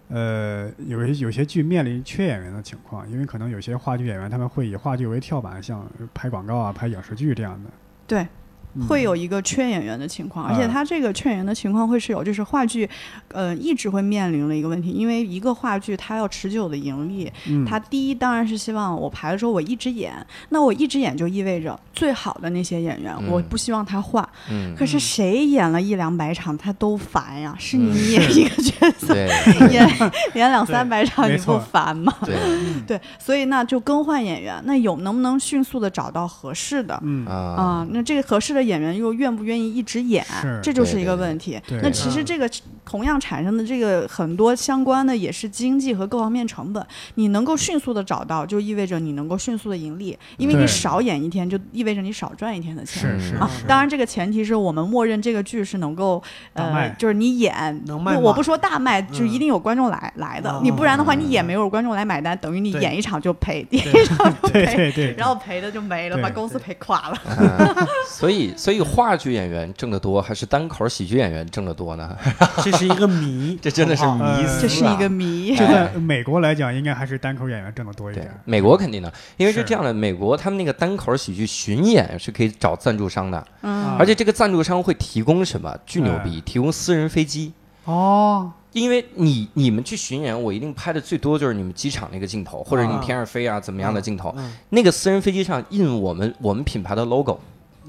Speaker 2: 呃，有一有些剧面临缺演员的情况？因为可能有些话剧演员他们会以话剧为跳板，像拍广告啊、拍影视剧这样的。
Speaker 4: 对
Speaker 2: 嗯，
Speaker 4: 会有一个缺演员的情况，而
Speaker 2: 嗯
Speaker 4: 且他这个缺演员的情况会是有，就是话剧，呃，一直会面临了一个问题，因为一个话剧它要持久的盈利，
Speaker 2: 嗯，
Speaker 4: 它第一当然是希望我排的时候我一直演，那我一直演就意味着最好的那些演员，
Speaker 1: 嗯
Speaker 4: 我不希望他换。
Speaker 1: 嗯，
Speaker 4: 可是谁演了一两百场他都烦
Speaker 2: 嗯
Speaker 4: 呀？是你演一个角色、
Speaker 1: 对
Speaker 4: 演演两三百场
Speaker 2: 对没
Speaker 4: 你
Speaker 2: 错
Speaker 4: 不烦吗？
Speaker 1: 对
Speaker 4: 对，所以那就更换演员，那有能不能迅速的找到合适的？
Speaker 2: 嗯，
Speaker 1: 啊，
Speaker 3: 哦
Speaker 4: 啊、那这个合适的演员又愿不愿意一直演
Speaker 2: 是，
Speaker 4: 这就是一
Speaker 1: 对
Speaker 4: 个
Speaker 1: 对
Speaker 4: 问题。
Speaker 2: 对嗯
Speaker 4: 那其实这个同样产生的这个很多相关的也是经济和各方面成本，你能够迅速的找到，就意味着你能够迅速的盈利，因为
Speaker 2: 对
Speaker 4: 你少演一天，就意味着你少赚一天的钱。
Speaker 2: 是是
Speaker 4: 啊，
Speaker 2: 是，
Speaker 4: 当然，这个前提是我们默认这个剧是能够，
Speaker 2: 大卖
Speaker 4: 呃，就是你演
Speaker 3: 能
Speaker 4: 不
Speaker 3: 卖
Speaker 4: 我
Speaker 3: 满
Speaker 4: 不说大卖，
Speaker 2: 嗯
Speaker 4: 就一定有观众来、来的
Speaker 3: 哦，
Speaker 4: 你不然的话，
Speaker 1: 嗯
Speaker 4: 你演没有观众来买单，等于你
Speaker 3: 对
Speaker 4: 演一场就赔，
Speaker 2: 对 对对，
Speaker 4: 然后 赔的就没了，
Speaker 2: 对
Speaker 4: 把公司赔垮了。
Speaker 1: 嗯所以所以话剧演员挣得多，还是单口喜剧演员挣得多呢？
Speaker 3: 这是一个谜，
Speaker 1: 这真的是
Speaker 3: 好不好
Speaker 1: 迷
Speaker 2: 呃
Speaker 1: 思、啊，
Speaker 4: 这是一个谜。
Speaker 2: 这在美国来讲，应该还是单口演员挣得多一
Speaker 1: 对
Speaker 2: 点，。
Speaker 1: 美国肯定的，因为是
Speaker 2: 是
Speaker 1: 这样的，美国他们那个单口喜剧巡演是可以找赞助商的，
Speaker 4: 嗯
Speaker 2: 啊
Speaker 1: 而且这个赞助商会提供什么？巨牛逼，提供私人飞机。
Speaker 2: 哦，
Speaker 1: 因为你你们去巡演，我一定拍的最多就是你们机场那个镜头，或者你
Speaker 3: 啊
Speaker 1: 天上飞啊怎么样的镜头。
Speaker 3: 嗯
Speaker 1: 那个私人飞机上印我们我们品牌的 logo，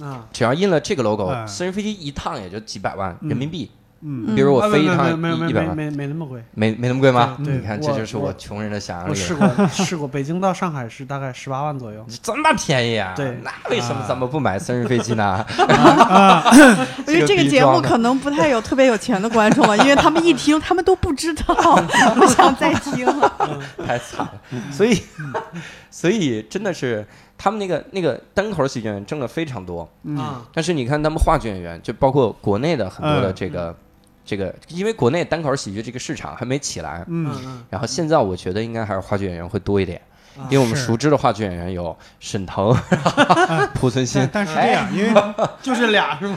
Speaker 3: 啊，
Speaker 1: 只要印了这个 logo，
Speaker 3: 哎
Speaker 2: 啊
Speaker 1: 私人飞机一趟也就几百万人民币。
Speaker 2: 嗯，
Speaker 4: 嗯
Speaker 1: 比如我
Speaker 3: 啊
Speaker 1: 飞一
Speaker 3: 没
Speaker 1: 趟
Speaker 3: 没没
Speaker 1: 一
Speaker 3: 没
Speaker 1: 一百
Speaker 3: 没
Speaker 1: 万，
Speaker 3: 没没那么贵。
Speaker 1: 没没那么贵吗？
Speaker 3: 嗯对对
Speaker 1: 你看这
Speaker 3: 我
Speaker 1: 就是我
Speaker 3: 我
Speaker 1: 穷人的想象
Speaker 3: 我
Speaker 1: 力。
Speaker 3: 试过试过，北京到上海是大概十八万左 右。
Speaker 1: 这么便宜啊？
Speaker 3: 对
Speaker 1: 那为什么咱们不买私人飞机 呢？
Speaker 4: 我觉得这个
Speaker 1: 逼
Speaker 4: 节
Speaker 1: 装
Speaker 4: 目
Speaker 1: 的
Speaker 4: 可能不太有特别有钱的观众了，因为他们一听，他们都不知道， 不想再听了。
Speaker 1: 太惨了。所以，
Speaker 3: 嗯
Speaker 1: 所以真的是他们那个那个单口喜剧演员挣的非常多，
Speaker 2: 嗯
Speaker 3: 啊，
Speaker 1: 但是你看他们话剧演员，就包括国内的很多的
Speaker 2: 嗯
Speaker 1: 这个、这个，因为国内单口喜剧这个市场还没起来。
Speaker 3: 嗯
Speaker 2: 嗯
Speaker 3: 嗯
Speaker 1: 然后现在我觉得应该还是话剧演员会多一点，
Speaker 3: 啊
Speaker 1: 因为我们
Speaker 2: 是
Speaker 1: 熟知的话剧演员有沈腾、
Speaker 3: 啊
Speaker 1: 濮存昕
Speaker 2: 但，但是这样，因为
Speaker 3: 嗯，就这俩是吗？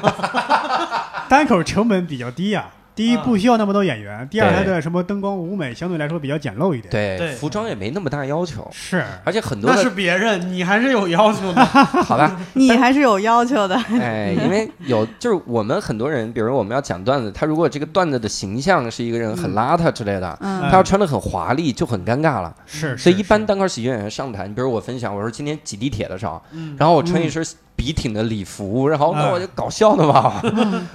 Speaker 2: 单口成本比较低呀、第一
Speaker 3: 啊
Speaker 2: 不需要那么多演员，第二
Speaker 1: 嗯对
Speaker 2: 它的什么灯光舞美相对来说比较简陋一点。，
Speaker 1: 对
Speaker 3: 对
Speaker 1: 服装也没那么大要求，
Speaker 2: 是，
Speaker 1: 而且很多
Speaker 3: 那是
Speaker 1: 的
Speaker 3: 别人，你还是有要求的。
Speaker 1: 好吧，
Speaker 4: 你还是有要求的，
Speaker 1: 哎，因为有就是我们很多人，比如我们要讲段子，他如果这个段子的形象是一个人很邋遢之类的，
Speaker 4: 嗯
Speaker 1: 他要穿的很华丽就很尴尬了。
Speaker 2: 嗯是，
Speaker 1: 所以
Speaker 2: 是
Speaker 1: 一般
Speaker 2: 是
Speaker 1: 单口喜剧演员上台，你比如我分享，我说今天挤地铁的时候，
Speaker 3: 嗯，
Speaker 1: 然后我穿一身笔挺的礼服，然后那
Speaker 2: 嗯
Speaker 1: 我就搞笑的嘛，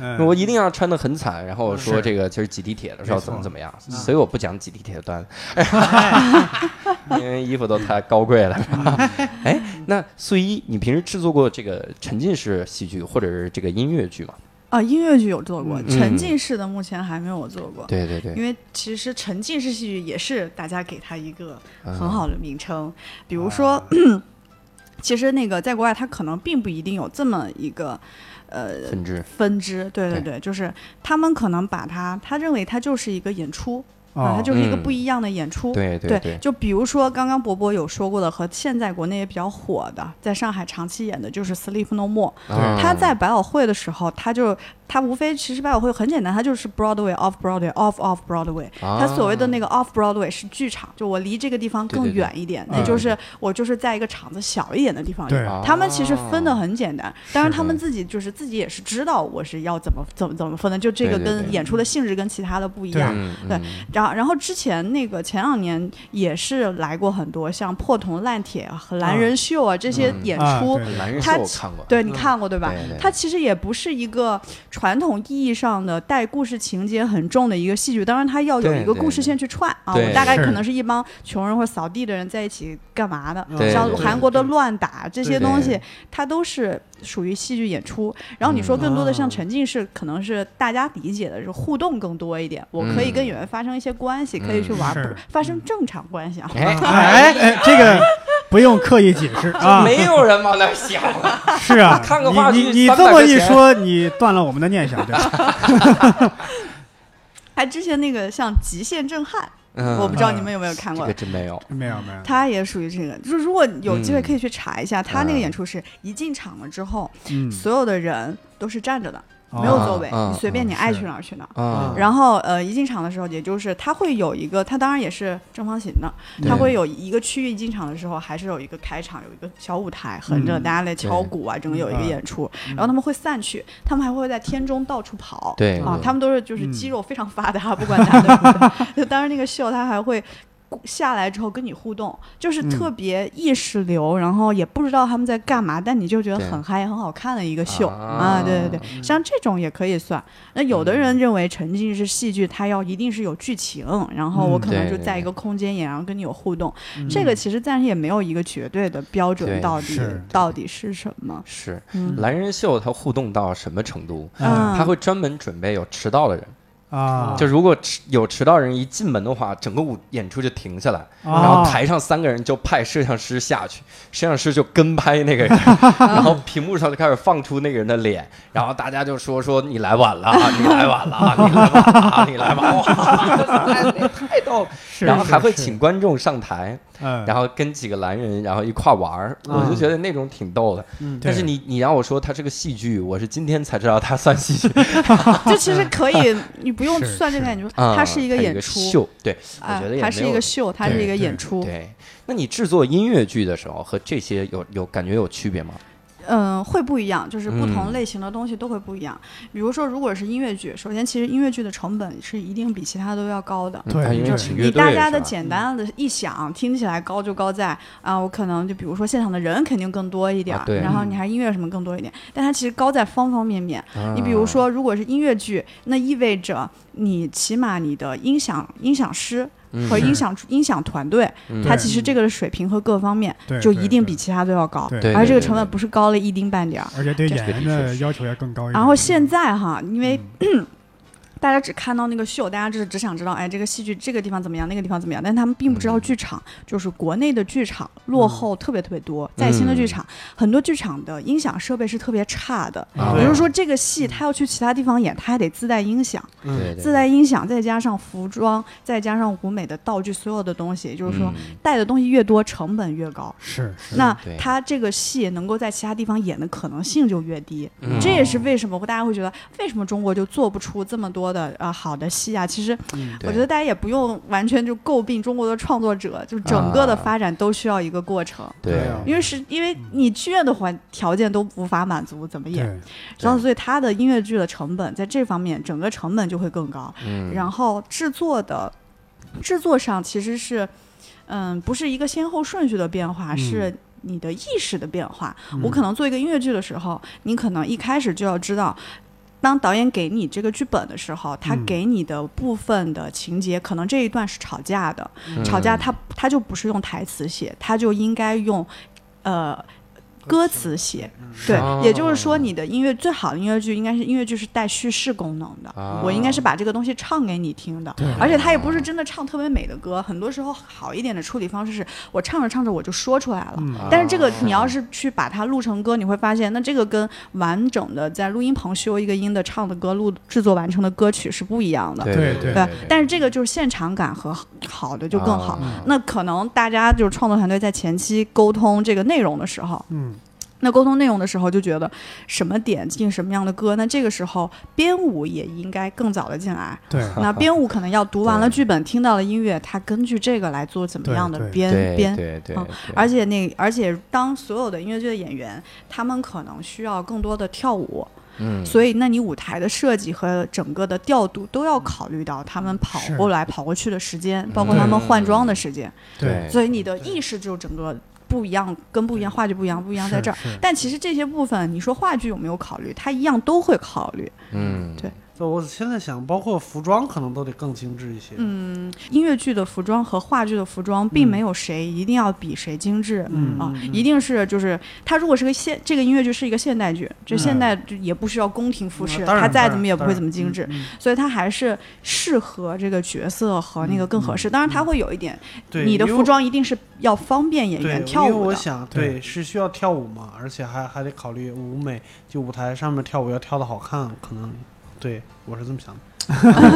Speaker 2: 嗯
Speaker 1: 我一定要穿的很惨，然后我说
Speaker 2: 是
Speaker 1: 这个就是挤地铁的时候
Speaker 2: 没错
Speaker 1: 怎么怎么样，
Speaker 3: 嗯
Speaker 1: 所以我不讲挤地铁的段子， 因为衣服都太高贵了。哎，那素一，你平时制作过这个沉浸式喜剧或者是这个音乐剧吗？
Speaker 4: 啊，音乐剧有做过，
Speaker 2: 嗯
Speaker 4: 沉浸式的目前还没有做过。
Speaker 1: 对对对
Speaker 4: 因，为其实沉浸式戏剧也是大家给它一个很好的名称，比如说， 其实那个在国外它可能并不一定有这么一个，呃，
Speaker 1: 分支。
Speaker 4: 分支，对对
Speaker 1: 对
Speaker 4: 对，就是他们可能把它，他认为它就是一个演出啊，它
Speaker 2: 哦，
Speaker 4: 就是一个
Speaker 1: 嗯
Speaker 4: 不一样的演出。
Speaker 1: 对对对
Speaker 4: 就比如说刚刚博博有说过的，和现在国内也比较火的，在上海长期演的就是《Sleep No More》。
Speaker 1: 啊
Speaker 4: 他在百老汇的时候，他就它无非其实百老汇很简单，它就是 Broadway off Broadway off off Broadway，
Speaker 1: 啊
Speaker 4: 它所谓的那个 off Broadway 是剧场，就我离这个地方
Speaker 1: 对
Speaker 4: 更
Speaker 1: 对对
Speaker 4: 远一点，
Speaker 2: 嗯
Speaker 4: 那就是我就是在一个场子小一点的地方。
Speaker 2: 对
Speaker 4: 他们其实分的
Speaker 1: 啊
Speaker 4: 很简单，当
Speaker 1: 是
Speaker 4: 然
Speaker 1: 的
Speaker 4: 他们自己就是自己也是知道我是要怎么怎么怎么分的，就这个
Speaker 1: 对对对
Speaker 4: 跟演出的性质跟其他的不一样。
Speaker 1: 嗯
Speaker 4: 对
Speaker 1: 嗯
Speaker 4: 然后，然后之前那个前两年也是来过很多像破铜烂铁啊、和蓝人秀啊这些
Speaker 1: 嗯
Speaker 4: 演
Speaker 2: 啊
Speaker 4: 出，
Speaker 2: 对
Speaker 1: 男人是
Speaker 4: 他
Speaker 1: 我看过，
Speaker 4: 对你看过对吧？
Speaker 1: 嗯对对
Speaker 4: 它其实也不是一个传统意义上的带故事情节很重的一个戏剧，当然它要有
Speaker 1: 对
Speaker 4: 一个
Speaker 1: 对
Speaker 4: 故事线去串啊。
Speaker 1: 对
Speaker 4: 我大概
Speaker 2: 是
Speaker 4: 可能是一帮穷人或扫地的人在一起干嘛的，
Speaker 1: 对
Speaker 4: 像
Speaker 1: 对
Speaker 4: 韩国的乱打这些东
Speaker 1: 对
Speaker 4: 西
Speaker 1: 对，
Speaker 4: 它都是属于戏剧演出。然后你说更多
Speaker 1: 嗯
Speaker 4: 的像沉浸式，可能是大家理解的是互动更多一点，我可
Speaker 1: 嗯
Speaker 4: 以跟演员发生一些关系，可以去玩，
Speaker 2: 嗯
Speaker 4: 不
Speaker 2: 是
Speaker 4: 发生正常关系啊。
Speaker 1: 哎，
Speaker 2: 哎哎，这个不用刻意解释啊，
Speaker 1: 没有人往那儿想，
Speaker 2: 是 啊，
Speaker 1: 看个话
Speaker 2: 你
Speaker 1: 剧
Speaker 2: 你你
Speaker 1: 300
Speaker 2: 这么一
Speaker 1: 块钱
Speaker 2: 说，你断了我们的念想，对吧？
Speaker 4: 还之前那个像《极限震撼》，
Speaker 1: 嗯
Speaker 4: 我不知道你们有没有看
Speaker 1: 这
Speaker 4: 过
Speaker 1: 个。真没有，
Speaker 2: 没有没有，
Speaker 4: 他也属于这个，就是如果有机
Speaker 1: 嗯
Speaker 4: 会可以去查一下，他那
Speaker 1: 啊
Speaker 4: 个演出是一进场了之后，
Speaker 2: 嗯，
Speaker 4: 所有的人都是站着的，没有
Speaker 2: 哦
Speaker 4: 座位，
Speaker 1: 啊
Speaker 4: 你随便你
Speaker 2: 啊
Speaker 4: 爱
Speaker 2: 是
Speaker 4: 去哪儿去哪儿。
Speaker 1: 啊
Speaker 3: 嗯
Speaker 4: 然后呃，一进场的时候，也就是他会有一个，他当然也是正方形的，他
Speaker 1: 对
Speaker 4: 会有一个区域一进场的时候，还是有一个开场，有一个小舞台，横着
Speaker 2: 嗯
Speaker 4: 大家来敲鼓啊，整个有一个
Speaker 2: 嗯
Speaker 4: 演出。然后他们会散去，他们还会在天中到处跑。
Speaker 1: 对
Speaker 4: 啊，他们都是就是
Speaker 2: 嗯
Speaker 4: 肌肉非常发达，不管男的女的。就当然那个秀他还会。下来之后跟你互动，就是
Speaker 2: 嗯
Speaker 4: 特别意识流，然后也不知道他们在干嘛，但你就觉得
Speaker 1: 对
Speaker 4: 很嗨、很好看的一个秀
Speaker 1: 啊
Speaker 4: 啊对对对，像这种也可以算。那有
Speaker 2: 嗯
Speaker 4: 的人认为沉浸式戏剧，它要一定是有剧情，然后我
Speaker 2: 嗯
Speaker 4: 可能
Speaker 1: 对
Speaker 4: 就
Speaker 1: 对
Speaker 4: 在一
Speaker 1: 对
Speaker 4: 个空间演，然后跟你有互动。
Speaker 3: 嗯
Speaker 4: 这个其实暂时也没有一个绝对的标
Speaker 1: 对
Speaker 4: 准，到底
Speaker 2: 是
Speaker 4: 到底是什么？
Speaker 1: 是
Speaker 4: 嗯
Speaker 1: 蓝人秀，它互动到什么程度？
Speaker 2: 啊
Speaker 1: 他会专门准备有迟到的人，
Speaker 2: 啊，
Speaker 1: 就如果迟有迟到人一进门的话，整个舞演出就停下来，然后
Speaker 2: 啊
Speaker 1: 台上三个人就派摄像师下去，摄像师就跟拍那个人， 然后屏幕上就开始放出那个人的脸，然后大家就说说你来晚了 啊，你来晚了啊，你来晚了啊，你来晚了啊，哇太太逗了，
Speaker 2: 是
Speaker 1: 然后还会，
Speaker 2: 是
Speaker 1: 请观众上台，
Speaker 2: 是嗯，
Speaker 1: 然后跟几个蓝人，然后一块玩儿，我
Speaker 3: 啊
Speaker 1: 就觉得那种挺逗的。
Speaker 3: 嗯
Speaker 1: 但是
Speaker 2: 对
Speaker 1: 你你让我说它是个戏剧，我是今天才知道它算戏剧，
Speaker 4: 就其实 可以，你不用
Speaker 2: 是
Speaker 4: 算这
Speaker 2: 是
Speaker 4: 个演出，
Speaker 1: 啊
Speaker 4: 它是一个演出，
Speaker 1: 秀，对，我
Speaker 4: 啊
Speaker 1: 觉得，也
Speaker 4: 它
Speaker 1: 没
Speaker 4: 是
Speaker 1: 有
Speaker 4: 一个秀，它是
Speaker 2: 对
Speaker 4: 一个
Speaker 2: 对
Speaker 4: 演出。
Speaker 1: 对。那你制作音乐剧的时候和这些有有感觉有区别吗？
Speaker 4: 嗯，会不一样，就是不
Speaker 1: 嗯
Speaker 4: 同类型的东西都会不一样。比如说，如果是音乐剧，首先其实音乐剧的成本是一定比其他都要高的。
Speaker 2: 对
Speaker 1: 啊因为
Speaker 2: 就
Speaker 1: 请乐队
Speaker 4: 你大家的
Speaker 1: 是吧
Speaker 4: 简单的一想，听起来高就高在啊，我可能就比如说现场的人肯定更多一点儿
Speaker 1: 啊，对
Speaker 4: 然后你还音乐什么更多一点，但它其实高在方方面面。
Speaker 1: 啊
Speaker 4: 你比如说，如果是音乐剧，那意味着你起码你的音响音响师和
Speaker 2: 是
Speaker 4: 音响音响团队，
Speaker 1: 嗯
Speaker 4: 它
Speaker 2: 对
Speaker 4: 其实这个的水平和各方面
Speaker 2: 对
Speaker 4: 就
Speaker 2: 对
Speaker 4: 一定
Speaker 2: 对
Speaker 4: 比其他都要高，
Speaker 2: 对
Speaker 1: 对
Speaker 4: 而这个
Speaker 1: 对
Speaker 4: 成本
Speaker 1: 对
Speaker 4: 不是高了一丁半点儿。
Speaker 2: 而且对演员
Speaker 1: 这
Speaker 2: 的要求也更高一点。
Speaker 4: 然后现在哈，因为、
Speaker 1: 嗯
Speaker 4: 大家只看到那个秀，大家只只想知道，哎，这个戏剧这个地方怎么样，那个地方怎么样，但他们并不知道
Speaker 1: 嗯
Speaker 4: 剧场，就是国内的剧场落后特别特别多，在新的剧场，很多剧场的音响设备是特别差的。
Speaker 1: 嗯啊
Speaker 4: 也就是说，这个戏他要去其他地方演，他还得自带音响，
Speaker 1: 对对对
Speaker 4: 自带音响，再加上服装，再加上舞美的道具，所有的东西，也
Speaker 1: 嗯
Speaker 4: 就是说，带的东西越多，成本越高。
Speaker 2: 是是
Speaker 4: 那
Speaker 1: 对
Speaker 4: 他这个戏能够在其他地方演的可能性就越低，
Speaker 1: 嗯
Speaker 4: 这也是为什么大家会觉得为什么中国就做不出这么多的啊、呃好的戏啊？其实
Speaker 3: 嗯
Speaker 1: 对
Speaker 4: 我觉得大家也不用完全就诟病中国的创作者，就整个
Speaker 1: 啊
Speaker 4: 的发展都需要一个过程，
Speaker 1: 对
Speaker 2: 对啊
Speaker 4: 因为是因
Speaker 1: 嗯
Speaker 4: 为你剧院的环条件都无法满足，怎么演？
Speaker 2: 对，
Speaker 1: 对
Speaker 4: 然后所以它的音乐剧的成本在这方面整个成本就会更高，
Speaker 1: 嗯
Speaker 4: 然后制作的制作上其实是，嗯，不是一个先后顺序的变化，
Speaker 2: 嗯
Speaker 4: 是你的意识的变化。
Speaker 1: 嗯
Speaker 4: 我可能做一个音乐剧的时候，你可能一开始就要知道。当导演给你这个剧本的时候，他
Speaker 2: 嗯
Speaker 4: 给你的部分的情节，可能这一段是吵架的，
Speaker 1: 嗯
Speaker 4: 吵架他他就不是用台词写，他就应该用，呃，歌词写。嗯对
Speaker 1: 哦，
Speaker 4: 也就是说，你的音乐最好的音乐剧应该是音乐剧是带叙事功能的。
Speaker 1: 啊
Speaker 4: 我应该是把这个东西唱给你听的，而且他也不是真的唱特别美的歌，很多时候好一点的处理方式是我唱着唱着我就说出来了。
Speaker 2: 嗯
Speaker 4: 但是这个你要是去把它录成歌，你会发现，那这个跟完整的在录音棚修一个音的唱的歌录制作完成的歌曲是不一样的。
Speaker 1: 对
Speaker 2: 对
Speaker 1: 对
Speaker 2: 对
Speaker 4: 对，但是这个就是现场感和好的就更好。
Speaker 1: 啊
Speaker 4: 那可能大家就是创作团队在前期沟通这个内容的时候，
Speaker 2: 嗯
Speaker 4: 那沟通内容的时候，就觉得什么点进什么样的歌，那这个时候编舞也应该更早的进来。
Speaker 2: 对
Speaker 4: 那编舞可能要读完了
Speaker 1: 对
Speaker 4: 剧本，听到了音乐，他根据这个来做怎么
Speaker 2: 对
Speaker 4: 样的
Speaker 2: 对
Speaker 4: 编
Speaker 1: 对
Speaker 4: 编。
Speaker 1: 对对，
Speaker 4: 嗯
Speaker 1: 对
Speaker 4: 而且那而且当所有的音乐剧的演员，他们可能需要更多的跳舞，
Speaker 1: 嗯，
Speaker 4: 所以那你舞台的设计和整个的调度都要考虑到他们跑
Speaker 2: 是
Speaker 4: 过来跑过去的时间，包括他们换装的时间，
Speaker 1: 嗯对，
Speaker 4: 所以你的意识就整个不一样，跟不一样话剧不一样，不一样在这儿。
Speaker 2: 是
Speaker 4: 但其实这些部分，你说话剧有没有考虑？他一样都会考虑。
Speaker 1: 嗯，
Speaker 4: 对
Speaker 3: 对，我现在想，包括服装可能都得更精致一些。
Speaker 4: 嗯，音乐剧的服装和话剧的服装，并
Speaker 3: 嗯
Speaker 4: 没有谁一定要比谁精致。
Speaker 3: 嗯
Speaker 4: 啊，
Speaker 3: 嗯
Speaker 4: 一定是就是它如果是个现这个音乐剧是一个现代剧，这
Speaker 3: 嗯
Speaker 4: 现代就也不需要宫廷服饰，
Speaker 3: 当然
Speaker 4: 它再
Speaker 3: 当
Speaker 4: 怎么
Speaker 3: 然
Speaker 4: 也不
Speaker 3: 当
Speaker 4: 会
Speaker 3: 然
Speaker 4: 怎么精致，
Speaker 3: 嗯嗯
Speaker 4: 所以它还是适合这个角色和那个更合适。当然，它会有一点，
Speaker 3: 嗯对，
Speaker 4: 你的
Speaker 3: 因为
Speaker 4: 服装一定是要方便演
Speaker 3: 对，
Speaker 4: 员跳
Speaker 3: 因为
Speaker 4: 舞
Speaker 3: 我
Speaker 4: 的。
Speaker 3: 想，
Speaker 2: 对
Speaker 3: 对，是需要跳舞嘛，而且还还得考虑舞美，就舞台上面跳舞要跳的好看，可能对我是这么想的。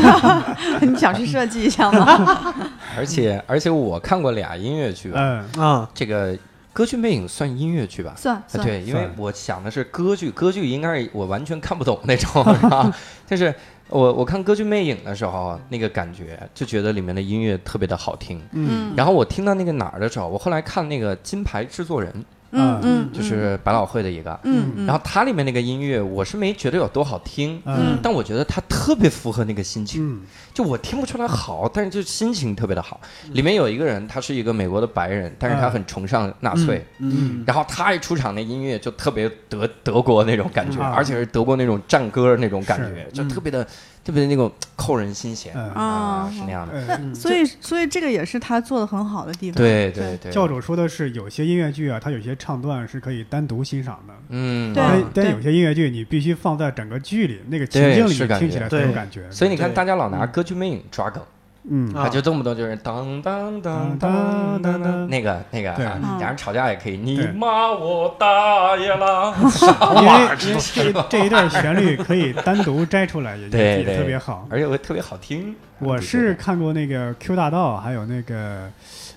Speaker 4: 你想去设计一下 吗？
Speaker 1: 而且而且我看过俩音乐剧，
Speaker 2: 嗯，
Speaker 3: 啊，
Speaker 1: 这个《歌剧魅影》算音乐剧吧？
Speaker 4: 算
Speaker 1: 啊
Speaker 4: 算，
Speaker 1: 对，因为
Speaker 2: 算
Speaker 1: 我想的是歌剧，歌剧应该是我完全看不懂那种啊。 但是我我看《歌剧魅影》的时候，那个感觉就觉得里面的音乐特别的好听。
Speaker 4: 嗯，
Speaker 1: 然后我听到那个哪儿的时候，我后来看那个《金牌制作人
Speaker 4: 嗯
Speaker 2: 嗯
Speaker 4: 嗯，》，
Speaker 1: 就是百老汇的一个，
Speaker 4: 嗯嗯，
Speaker 1: 然后它里面那个音乐，我是没觉得有多好听，
Speaker 2: 嗯
Speaker 1: 但我觉得它特别符合那个心情。
Speaker 2: 嗯
Speaker 1: 就我听不出来好，但是就心情特别的好。里面有一个人，他是一个美国的白人，但是他很崇尚纳粹，
Speaker 3: 嗯，
Speaker 1: 然后他一出场，那音乐就特别德德国那种感觉，
Speaker 2: 嗯
Speaker 1: 而且是德国那种战歌那种感觉，就
Speaker 3: 嗯
Speaker 1: 特别的、特别的那种扣人心弦、
Speaker 2: 嗯
Speaker 4: 哦
Speaker 1: 啊，是那样的。
Speaker 2: 嗯，
Speaker 4: 那所以所以这个也是他做的很好的地方。
Speaker 1: 对对对，
Speaker 2: 教主说的是，有些音乐剧啊，它有些唱段是可以单独欣赏的，
Speaker 1: 嗯，
Speaker 4: 对
Speaker 2: 但但
Speaker 4: 对
Speaker 2: 有些音乐剧你必须放在整个剧里，那个情
Speaker 1: 对
Speaker 2: 境
Speaker 1: 是
Speaker 2: 里
Speaker 1: 感
Speaker 2: 听
Speaker 1: 觉
Speaker 2: 起来才有
Speaker 3: 对
Speaker 2: 感觉。
Speaker 1: 所以你看，
Speaker 3: 对
Speaker 1: 大家老拿《歌剧魅影》抓梗，
Speaker 2: 嗯，
Speaker 3: 啊
Speaker 1: 啊，就动不动就是当当当当当当，那个那个
Speaker 2: 对
Speaker 1: 啊，
Speaker 4: 嗯
Speaker 1: 俩人吵架也可以，你
Speaker 2: 对
Speaker 1: 骂我大爷了，
Speaker 2: 因为因为 这这一段旋律可以单独摘出来，也
Speaker 1: 对
Speaker 2: 也
Speaker 1: 对
Speaker 2: 特别好。
Speaker 1: 而且会特别好听。啊
Speaker 2: 我是看过那个《Q 大道》，还有那个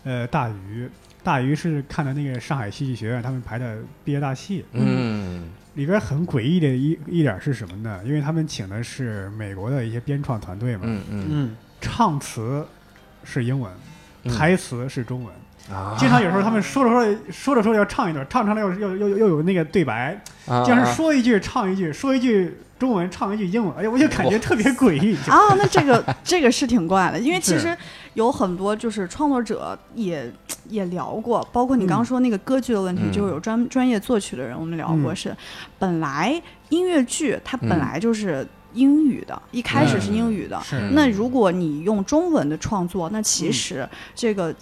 Speaker 2: 呃大鱼。大鱼是看的那个上海戏剧学院他们排的毕业大戏，
Speaker 1: 嗯
Speaker 2: 里边很诡异的一一点是什么呢？因为他们请的是美国的一些编创团队嘛，
Speaker 1: 嗯嗯
Speaker 3: 嗯，
Speaker 2: 唱词是英文，
Speaker 1: 嗯
Speaker 2: 台词是中文。
Speaker 1: 啊，
Speaker 2: 经常有时候他们说着说着说着说着要唱一段，唱着唱着又又又又有那个对白，
Speaker 4: 嗯
Speaker 1: 啊
Speaker 2: 经常是说一句唱一句，说一句中文唱一句英文，哎呀，我就感觉特别诡异。
Speaker 4: 啊，那这个这个是挺怪的，因为其
Speaker 2: 是
Speaker 4: 实有很多就是创作者也也聊过，包括你刚刚说那个歌剧的问题，
Speaker 1: 嗯
Speaker 4: 就有专专业作曲的人，我们聊过
Speaker 2: 嗯
Speaker 4: 是，本来音乐剧它本
Speaker 1: 嗯
Speaker 4: 来就是英语的，一开始是英语的。
Speaker 2: 是
Speaker 1: 嗯
Speaker 4: 那如果你用中文的创作，那其实这个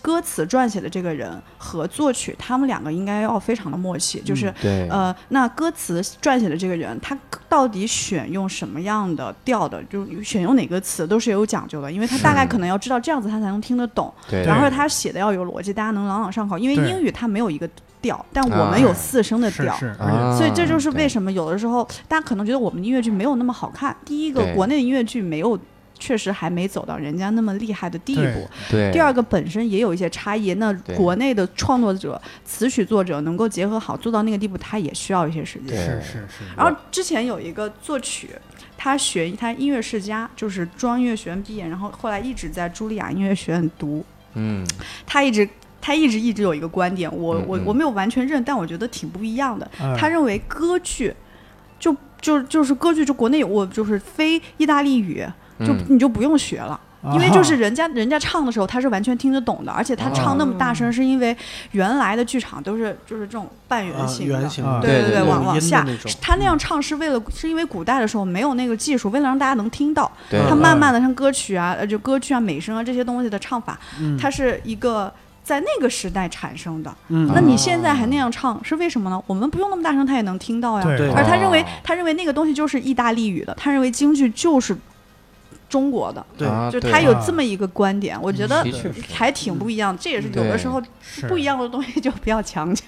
Speaker 4: 歌词撰写的这个人和作曲，他们两个应该要非常的默契，就是
Speaker 1: 对，
Speaker 4: 呃，那歌词撰写的这个人，他到底选用什么样的调的，就是选用哪个词都是有讲究的，因为他大概
Speaker 1: 是
Speaker 4: 可能要知道这样子他才能听得懂，
Speaker 1: 对，
Speaker 4: 然后他写的要有逻辑，大家能朗朗上口。因为
Speaker 2: 对
Speaker 4: 英语它没有一个调，但我
Speaker 1: 啊
Speaker 4: 们有四声的
Speaker 2: 是
Speaker 4: 调。
Speaker 2: 是，而
Speaker 1: 啊
Speaker 4: 所以这就是为
Speaker 1: 对
Speaker 4: 什么有的时候大家可能觉得我们音乐剧没有那么好看。第一个
Speaker 1: 对，
Speaker 4: 国内的音乐剧没有，确实还没走到人家那么厉害的地
Speaker 2: 对
Speaker 4: 步。
Speaker 1: 对
Speaker 4: 第二个本身也有一些差异。那
Speaker 1: 对
Speaker 4: 国内的创作者、词曲作者能够结合好做到那个地步，他也需要一些时
Speaker 2: 且
Speaker 1: 对
Speaker 2: 是
Speaker 4: 间。
Speaker 2: 是是，
Speaker 4: 然后之前有一个作曲，他学他音乐世家，就是中央音乐学院毕业，然后后来一直在茱莉亚音乐学院读。
Speaker 1: 嗯
Speaker 4: 他一直他一直一直有一个观点，我
Speaker 1: 嗯
Speaker 4: 我
Speaker 1: 嗯
Speaker 4: 我没有完全认，但我觉得挺不一样的。
Speaker 2: 嗯
Speaker 4: 他认为歌剧就就就是歌剧，就国内有我就是非意大利语，就、
Speaker 1: 嗯
Speaker 4: 你就不用学了。
Speaker 2: 啊
Speaker 4: 因为
Speaker 3: 啊
Speaker 4: 就是人家人家唱的时候，他是完全听得懂的，而且他唱那么大声，是因为原来的剧场都是就是这种半圆
Speaker 3: 啊
Speaker 4: 形的。
Speaker 3: 圆形嗯
Speaker 2: 啊
Speaker 3: 的，
Speaker 4: 对
Speaker 1: 对对
Speaker 4: 对，
Speaker 1: 有
Speaker 4: 往往
Speaker 3: 音的
Speaker 4: 下
Speaker 3: 那种，
Speaker 4: 他那样唱是为了，是因为古代的时候没有那个技术，为了让大家能听到，
Speaker 1: 对
Speaker 3: 嗯
Speaker 4: 他慢慢的像歌曲啊，呃就歌剧啊、美声啊这些东西的唱法，
Speaker 3: 嗯
Speaker 4: 它是一个在那个时代产生的。
Speaker 3: 嗯
Speaker 4: 那你现在还那样唱是为什么呢？我们不用那么大声，他也能听到呀。
Speaker 2: 对
Speaker 3: 对
Speaker 4: 而他认为
Speaker 1: 哦，
Speaker 4: 他认为那个东西就是意大利语的，他认为京剧就是中国的，
Speaker 3: 对
Speaker 1: 啊嗯
Speaker 4: 就
Speaker 1: 对
Speaker 4: 他有
Speaker 2: 啊
Speaker 4: 这么一个观点，我觉得
Speaker 1: 的确是
Speaker 4: 还挺不一样。这也是有的时候
Speaker 2: 是
Speaker 4: 不一样的东西就不要强求。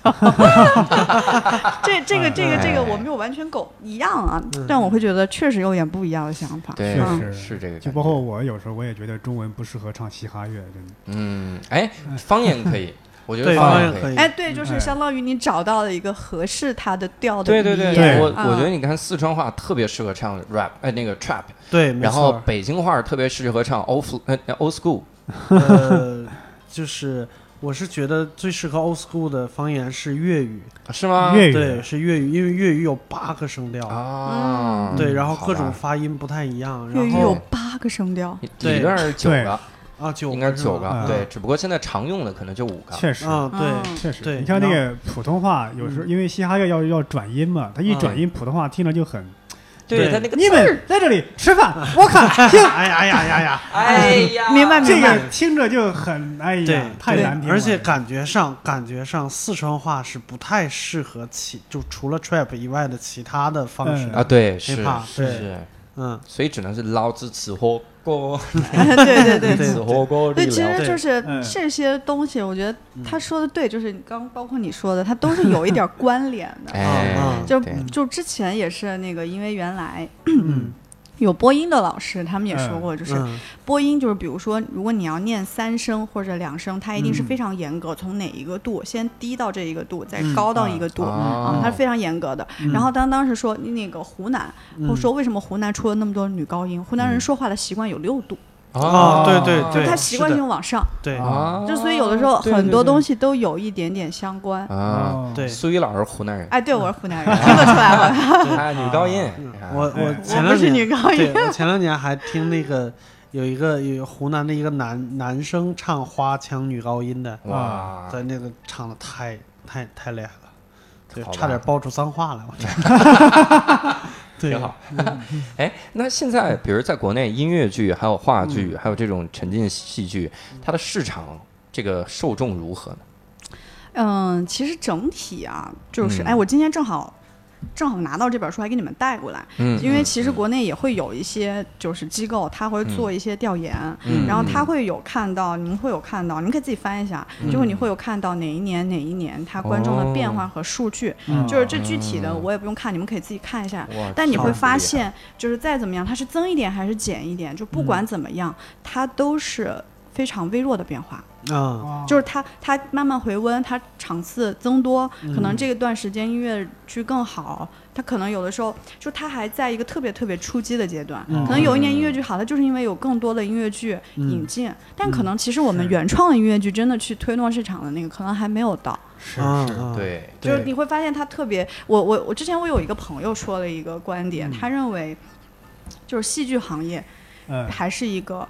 Speaker 4: 这这个这个这个我没有完全狗一样啊，但我会觉得确实有点不一样的想法。
Speaker 1: 对
Speaker 2: 确
Speaker 4: 嗯
Speaker 2: 实
Speaker 1: 是这个感觉，
Speaker 2: 就包括我有时候我也觉得中文不适合唱嘻哈乐，真的。
Speaker 1: 嗯，哎，方言可以，我觉
Speaker 3: 对
Speaker 1: 得
Speaker 3: 方
Speaker 1: 方
Speaker 3: 向
Speaker 1: 向
Speaker 3: 可以，
Speaker 4: 哎，对，就
Speaker 2: 哎
Speaker 4: 是相当于你找到了一个合适他的调的
Speaker 1: 对对对，
Speaker 4: 语言
Speaker 1: 我
Speaker 4: 啊
Speaker 1: 我觉得你看四川话特别适合唱 rap，哎，那个 trap，
Speaker 3: 对，没
Speaker 1: 然后
Speaker 3: 错
Speaker 1: 北京话特别适合唱 old fl- 呃 old school，
Speaker 3: 呃，就是我是觉得最适合 old school 的方言是粤语，
Speaker 1: 啊是吗？
Speaker 2: 粤
Speaker 3: 对，
Speaker 2: 语啊
Speaker 3: 是粤语，因为粤语有八个声调，
Speaker 1: 啊，
Speaker 3: 嗯对，然后
Speaker 1: 好
Speaker 3: 各种
Speaker 1: 吧
Speaker 3: 发音不太一样，
Speaker 4: 粤
Speaker 3: 然
Speaker 4: 语
Speaker 3: 后
Speaker 4: 有八个声调，
Speaker 1: 理论是九个，
Speaker 3: 啊九
Speaker 1: 应该
Speaker 3: 是
Speaker 1: 九个，
Speaker 2: 嗯
Speaker 3: 吧
Speaker 1: 对，只不过现在常用的可能就五个。
Speaker 2: 确实
Speaker 3: 啊，对
Speaker 4: 嗯
Speaker 2: 确实，
Speaker 3: 对
Speaker 2: 你像那
Speaker 3: 然
Speaker 2: 个普通话，有时候因为嘻哈乐要要转音嘛，它
Speaker 4: 嗯
Speaker 2: 一转音，普通话听着就很。
Speaker 3: 对
Speaker 1: 他那个
Speaker 2: 你们在这里吃 饭，我看听，
Speaker 3: 哎呀呀呀呀，
Speaker 1: 哎呀，
Speaker 4: 明白
Speaker 2: 这
Speaker 4: 明白。
Speaker 2: 个听着就很哎呀
Speaker 3: 对，，
Speaker 2: 太
Speaker 3: 对
Speaker 2: 难听了。
Speaker 3: 而且感觉上，感觉上四川话是不太适合其就除了 trap 以外的其他的方式
Speaker 2: 嗯
Speaker 1: 啊，对，是
Speaker 3: hiphop，
Speaker 1: 是
Speaker 3: 对
Speaker 1: 是，
Speaker 3: 嗯，
Speaker 1: 所以只能是老子吃火锅，
Speaker 4: 对对对
Speaker 3: 对
Speaker 1: 吃火锅里
Speaker 4: 对，其
Speaker 1: 聊。
Speaker 4: 实就是
Speaker 2: 嗯
Speaker 4: 这些东西，我觉得他说的对，就是你刚包括你说的，它都是有一点关联 的。
Speaker 1: 哎
Speaker 3: 嗯，
Speaker 4: 就
Speaker 1: 对
Speaker 4: 就之前也是那个，因为 原来
Speaker 3: 嗯
Speaker 4: 有播音的老师，他们也说
Speaker 2: 嗯
Speaker 4: 过，就是
Speaker 3: 嗯
Speaker 4: 播音就是，比如说，如果你要念三声或者两声，它一定是非常严格，从哪一个度先低到这一个度，再
Speaker 3: 嗯
Speaker 4: 高到一个度，
Speaker 1: 啊
Speaker 4: 啊，它是非常严格的。然后当当时说那个湖南，
Speaker 3: 嗯
Speaker 4: 我说为什么湖南出了那么多女高音？
Speaker 1: 嗯
Speaker 4: 湖南人说话的习惯有六度，
Speaker 1: 哦
Speaker 3: 啊，对对
Speaker 4: 就
Speaker 3: 对，
Speaker 4: 是他
Speaker 3: 是
Speaker 4: 习惯
Speaker 3: 的
Speaker 4: 性往上，
Speaker 3: 对
Speaker 1: 啊，
Speaker 4: 就所以有的时候
Speaker 1: 对对
Speaker 4: 很多
Speaker 1: 对
Speaker 4: 东西都有一点点相关。
Speaker 1: 啊。
Speaker 2: 哦
Speaker 3: 对，
Speaker 1: 苏一老师湖南人，
Speaker 4: 哎，对，我是湖 南人，听得出来了，
Speaker 1: 哎，女高音，啊
Speaker 3: 嗯我我前
Speaker 4: 我不
Speaker 3: 两
Speaker 4: 是女
Speaker 3: 年
Speaker 4: 高音
Speaker 3: 对。我前两年还听那个有一个有湖南的一个男男生唱花腔女高音的，
Speaker 1: 哇，
Speaker 3: 在那个唱的太太太厉害了，对，
Speaker 1: 好吧
Speaker 3: 差点爆出脏话来，我天， 对，嗯
Speaker 1: 挺好。 哎，那现在比如在国内音乐剧、还有话
Speaker 3: 嗯
Speaker 1: 剧、还有这种沉浸戏剧，它的市场这个受众如何呢？
Speaker 4: 嗯，其实整体啊，就是
Speaker 1: 嗯
Speaker 4: 哎，我今天正好正好拿到这本书，还给你们带过来。
Speaker 1: 嗯
Speaker 4: 因为其实国内也会有一些就是机构，他会做一些调研，
Speaker 1: 嗯嗯
Speaker 4: 然后他会有看到，你们会有看到，你们可以自己翻一下，就是你会有看到哪一年哪一年他观
Speaker 1: 哦
Speaker 4: 众的变化和数据，
Speaker 2: 嗯
Speaker 4: 就是这具体的我也不用看，你们可以自己看一下。
Speaker 1: 哇
Speaker 4: 但你
Speaker 1: 这
Speaker 4: 会
Speaker 1: 么
Speaker 4: 发
Speaker 1: 哦厉害
Speaker 4: 现，就是再怎么样，它是增一点还是减一点，就
Speaker 1: 嗯
Speaker 4: 不管怎么样，它都是非常微弱的变化。
Speaker 3: 啊，
Speaker 2: 哦
Speaker 4: 就是它它慢慢回温，它场次增多，可能这一段时间音乐剧更好。它可能有的时候就它还在一个特别特别初级的阶段，可能有一年音乐剧好，它就是因为有更多的音乐剧引进，但可能其实我们原创的音乐剧真的去推动市场的那个可能还没有到。
Speaker 2: 是
Speaker 3: 啊，啊，
Speaker 1: 对，
Speaker 4: 就是
Speaker 3: 对
Speaker 4: 你会发现它特别，我我我之前我有一个朋友说了一个观点，他认为就是戏剧行业
Speaker 2: 嗯
Speaker 4: 还是一个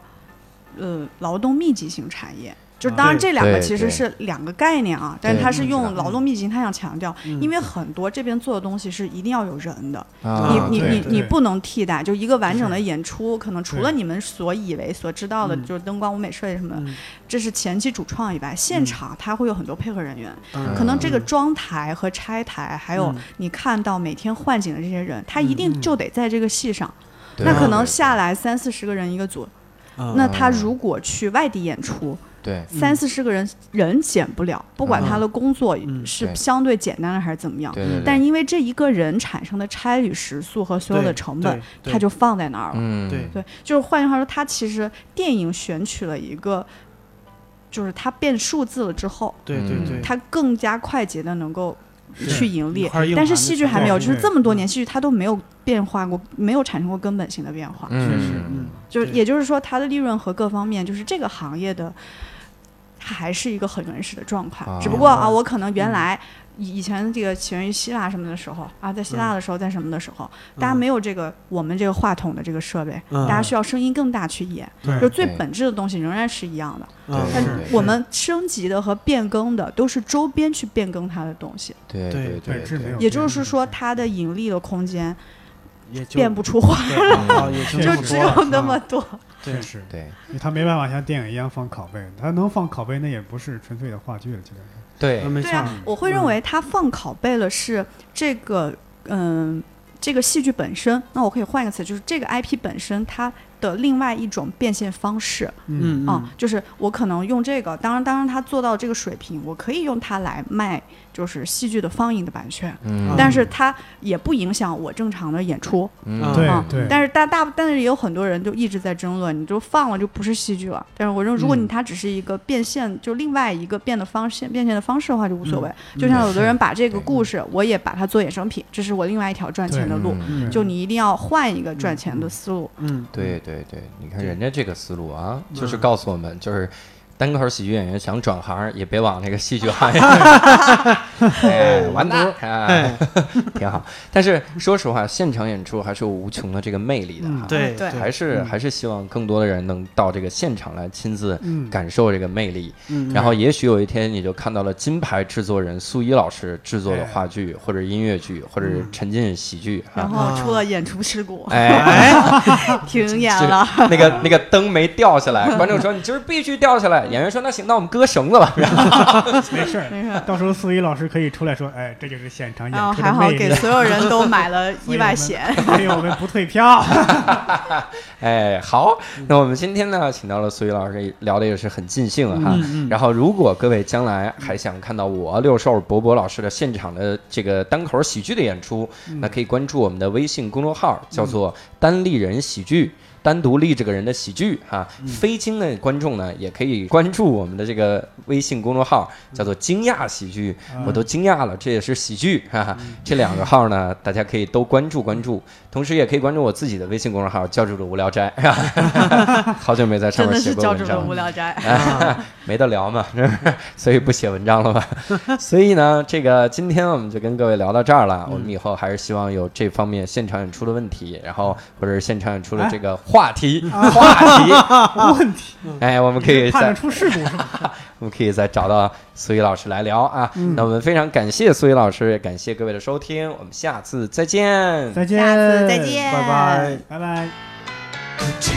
Speaker 4: 呃劳动密集型产业。就是当然，这两个
Speaker 1: 对
Speaker 4: 其实
Speaker 1: 对
Speaker 4: 是两个概念啊，但是它是用劳动密集型，他想强调，
Speaker 3: 嗯
Speaker 4: 因为很多这边做的东西是一定要有人的，你
Speaker 1: 啊
Speaker 4: 你
Speaker 2: 对
Speaker 4: 你
Speaker 2: 对
Speaker 4: 你不能替代，就一个完整的演出，可能除了你们所以为所知道的，
Speaker 3: 嗯
Speaker 4: 就是灯光、舞美、设计什么的
Speaker 3: 嗯，
Speaker 4: 这是前期主创以外，现场它会有很多配合人员，
Speaker 3: 当然
Speaker 4: 可能这个装台和拆台，还有
Speaker 3: 嗯
Speaker 4: 你看到每天换景的这些人，他一定就得在这个戏上。
Speaker 1: 对
Speaker 4: 那
Speaker 1: 对
Speaker 4: 可能
Speaker 1: 对
Speaker 4: 下来三四十个人一个组，
Speaker 3: 嗯
Speaker 4: 那他如果去外地演出，
Speaker 1: 对
Speaker 4: 三四十个人人减不了，不管他的工作
Speaker 3: 嗯
Speaker 4: 是
Speaker 1: 对
Speaker 4: 相对简单的还是怎么样。
Speaker 1: 对对，
Speaker 4: 但因为这一个人产生的差旅时速和所有的
Speaker 3: 对
Speaker 4: 成本，，
Speaker 3: 对
Speaker 4: 他就放在那儿了。
Speaker 1: 嗯
Speaker 3: 对
Speaker 4: 对，就是换句话说，它其实电影选取了一个，就是它变数字了之后，
Speaker 3: 对对对对，
Speaker 4: 它更加快捷的能够
Speaker 3: 是
Speaker 4: 去盈
Speaker 3: 一
Speaker 4: 利
Speaker 3: 块儿硬。
Speaker 4: 但是
Speaker 3: 盘
Speaker 4: 戏
Speaker 3: 的
Speaker 4: 剧还没有，
Speaker 2: 对
Speaker 4: 就是
Speaker 2: 对
Speaker 4: 这么
Speaker 3: 嗯
Speaker 4: 多年戏剧它都没有变化过，没有产生过根本性的变化。
Speaker 3: 确实，
Speaker 1: 嗯
Speaker 3: 嗯，
Speaker 4: 就是
Speaker 3: 对
Speaker 4: 也就是说，它的利润和各方面，就是这个行业的，它还是一个很原始的状态
Speaker 1: 啊。
Speaker 4: 只不过啊，我可能原来以以前这个起源于希腊什么的时候啊，在希腊的时候，在什么的时候，大家没有这个我们这个话筒的这个设备，
Speaker 3: 嗯
Speaker 4: 大家需要声音更大去演。
Speaker 2: 对
Speaker 4: 就最
Speaker 1: 对
Speaker 4: 本质的东西仍然是一样的，
Speaker 3: 嗯
Speaker 1: 对
Speaker 4: 但
Speaker 3: 是
Speaker 1: 对
Speaker 4: 我们升级的和变更的都是周边去变更它的东西。
Speaker 1: 对
Speaker 3: 对
Speaker 1: 对
Speaker 2: 本质没有
Speaker 4: 也就是说，它的盈利的空间
Speaker 3: 也就
Speaker 4: 变不出花，
Speaker 3: 对啊也就
Speaker 2: 就
Speaker 4: 就
Speaker 3: 那么
Speaker 4: 只
Speaker 3: 多了
Speaker 4: 有那么
Speaker 3: 啊
Speaker 4: 多。
Speaker 3: 对
Speaker 2: 确实，
Speaker 1: 对
Speaker 2: 他没办法像电影一样放拷贝，他能放拷贝那也不是纯粹的话剧了，基本上。
Speaker 1: 对
Speaker 3: 嗯没
Speaker 4: 对
Speaker 3: 错
Speaker 4: 啊，我会认为它放拷贝了是这个嗯、这个戏剧本身。那我可以换一个词，就是这个 IP 本身它的另外一种变现方式。
Speaker 2: 嗯
Speaker 3: 嗯
Speaker 4: 嗯，就是我可能用这个，当然，当然他做到这个水平，我可以用它来卖，就是戏剧的放映的版权，
Speaker 1: 嗯，
Speaker 4: 但是它也不影响我正常的演出。
Speaker 1: 嗯
Speaker 2: 对
Speaker 4: 嗯
Speaker 2: 对，
Speaker 4: 但是大大，但是也有很多人就一直在争论，你就放了就不是戏剧了。但是我认为，如果
Speaker 3: 嗯
Speaker 4: 你它只是一个变现，就另外一个变的方式、变现的方式的话，就无所谓。
Speaker 3: 嗯
Speaker 4: 就像有的人把这
Speaker 1: 对
Speaker 4: 个故事，我也把它做衍生品，这是我另外一条赚钱的路。
Speaker 1: 嗯
Speaker 3: 嗯
Speaker 4: 就你一定要换一个赚钱的思路。
Speaker 3: 嗯，
Speaker 1: 对对对，你看
Speaker 3: 对
Speaker 1: 人家这个思路啊，
Speaker 3: 嗯
Speaker 1: 就是告诉我们，就是单口喜剧演员想转行也别往那个戏剧行业，哎，完蛋，哎，挺好。但是说实话，现场演出还是有无穷的这个魅力的哈
Speaker 3: 嗯，对
Speaker 4: 对
Speaker 1: 还是还是希望更多的人能到这个现场来亲自
Speaker 2: 嗯
Speaker 1: 感受这个魅力。
Speaker 3: 嗯
Speaker 1: 然后也许有一天你就看到了金牌制作人苏一老师制作的话剧，或者音乐剧，或者是沉浸喜剧
Speaker 4: 然
Speaker 3: 哎
Speaker 1: 啊。
Speaker 4: 后出了演出事
Speaker 3: 哦
Speaker 4: 故，
Speaker 1: 哎，
Speaker 4: 停演
Speaker 1: 是
Speaker 3: 啊
Speaker 4: 了。
Speaker 1: 那个那个灯没掉下来，观众说你今儿必须掉下 来。演员说那行，那我们割绳子吧。 然后
Speaker 2: 没事儿。
Speaker 4: 真是。
Speaker 2: 到时候苏一老师可以出来说，哎，这就是现场
Speaker 4: 然后
Speaker 2: 演出
Speaker 4: 还
Speaker 2: 的
Speaker 4: 好
Speaker 2: 魅力
Speaker 4: 给，所有人都买了
Speaker 2: 所以
Speaker 4: 意
Speaker 2: 我
Speaker 4: 外
Speaker 2: 们
Speaker 4: 险。
Speaker 2: 所以我们不退 票。
Speaker 1: 哎，好，那我们今天呢，请到了苏一老师，聊的也是很尽兴啊哈。
Speaker 3: 嗯嗯
Speaker 1: 然后，如果各位将来还想看到我六兽博博老师的现场的这个单口喜剧的演出，
Speaker 3: 嗯
Speaker 1: 那可以关注我们的微信公众号，叫做“单立人喜剧”。单独立这个人的喜剧哈、
Speaker 4: 嗯
Speaker 1: 非京的观众呢也可以关注我们的这个微信公众号，
Speaker 4: 嗯
Speaker 1: 叫做“惊讶喜剧”，
Speaker 4: 啊
Speaker 1: 我都惊讶了，这也是喜剧哈、哈。
Speaker 4: 嗯
Speaker 1: 这两个号呢，大家可以都关注关注，同时也可以关注我自己的微信公众号“教主的无聊斋”， 好久没在上面
Speaker 4: 真的
Speaker 1: 写
Speaker 4: 是
Speaker 1: 过
Speaker 4: 教
Speaker 1: 文
Speaker 4: 主
Speaker 1: 章
Speaker 4: 的
Speaker 1: 了
Speaker 4: 无聊斋，
Speaker 1: 没得聊嘛， 是不是所以不写文章了吧？ 所以呢，这个今天我们就跟各位聊到这儿了。我们以后还是希望有这方面现场演出的问题，然后或者是现场演出的这个话题、话
Speaker 2: 问题
Speaker 1: 题，哎，我们可以
Speaker 2: 盼着
Speaker 1: 再
Speaker 2: 出事故是吧？
Speaker 1: 我们可以再找到苏一老师来聊啊。那我们非常感谢苏一老师，也感谢各位的收听，我们下次再见。
Speaker 2: 再见，
Speaker 4: 下次再见，
Speaker 3: 拜拜。
Speaker 2: 拜拜。
Speaker 5: Could you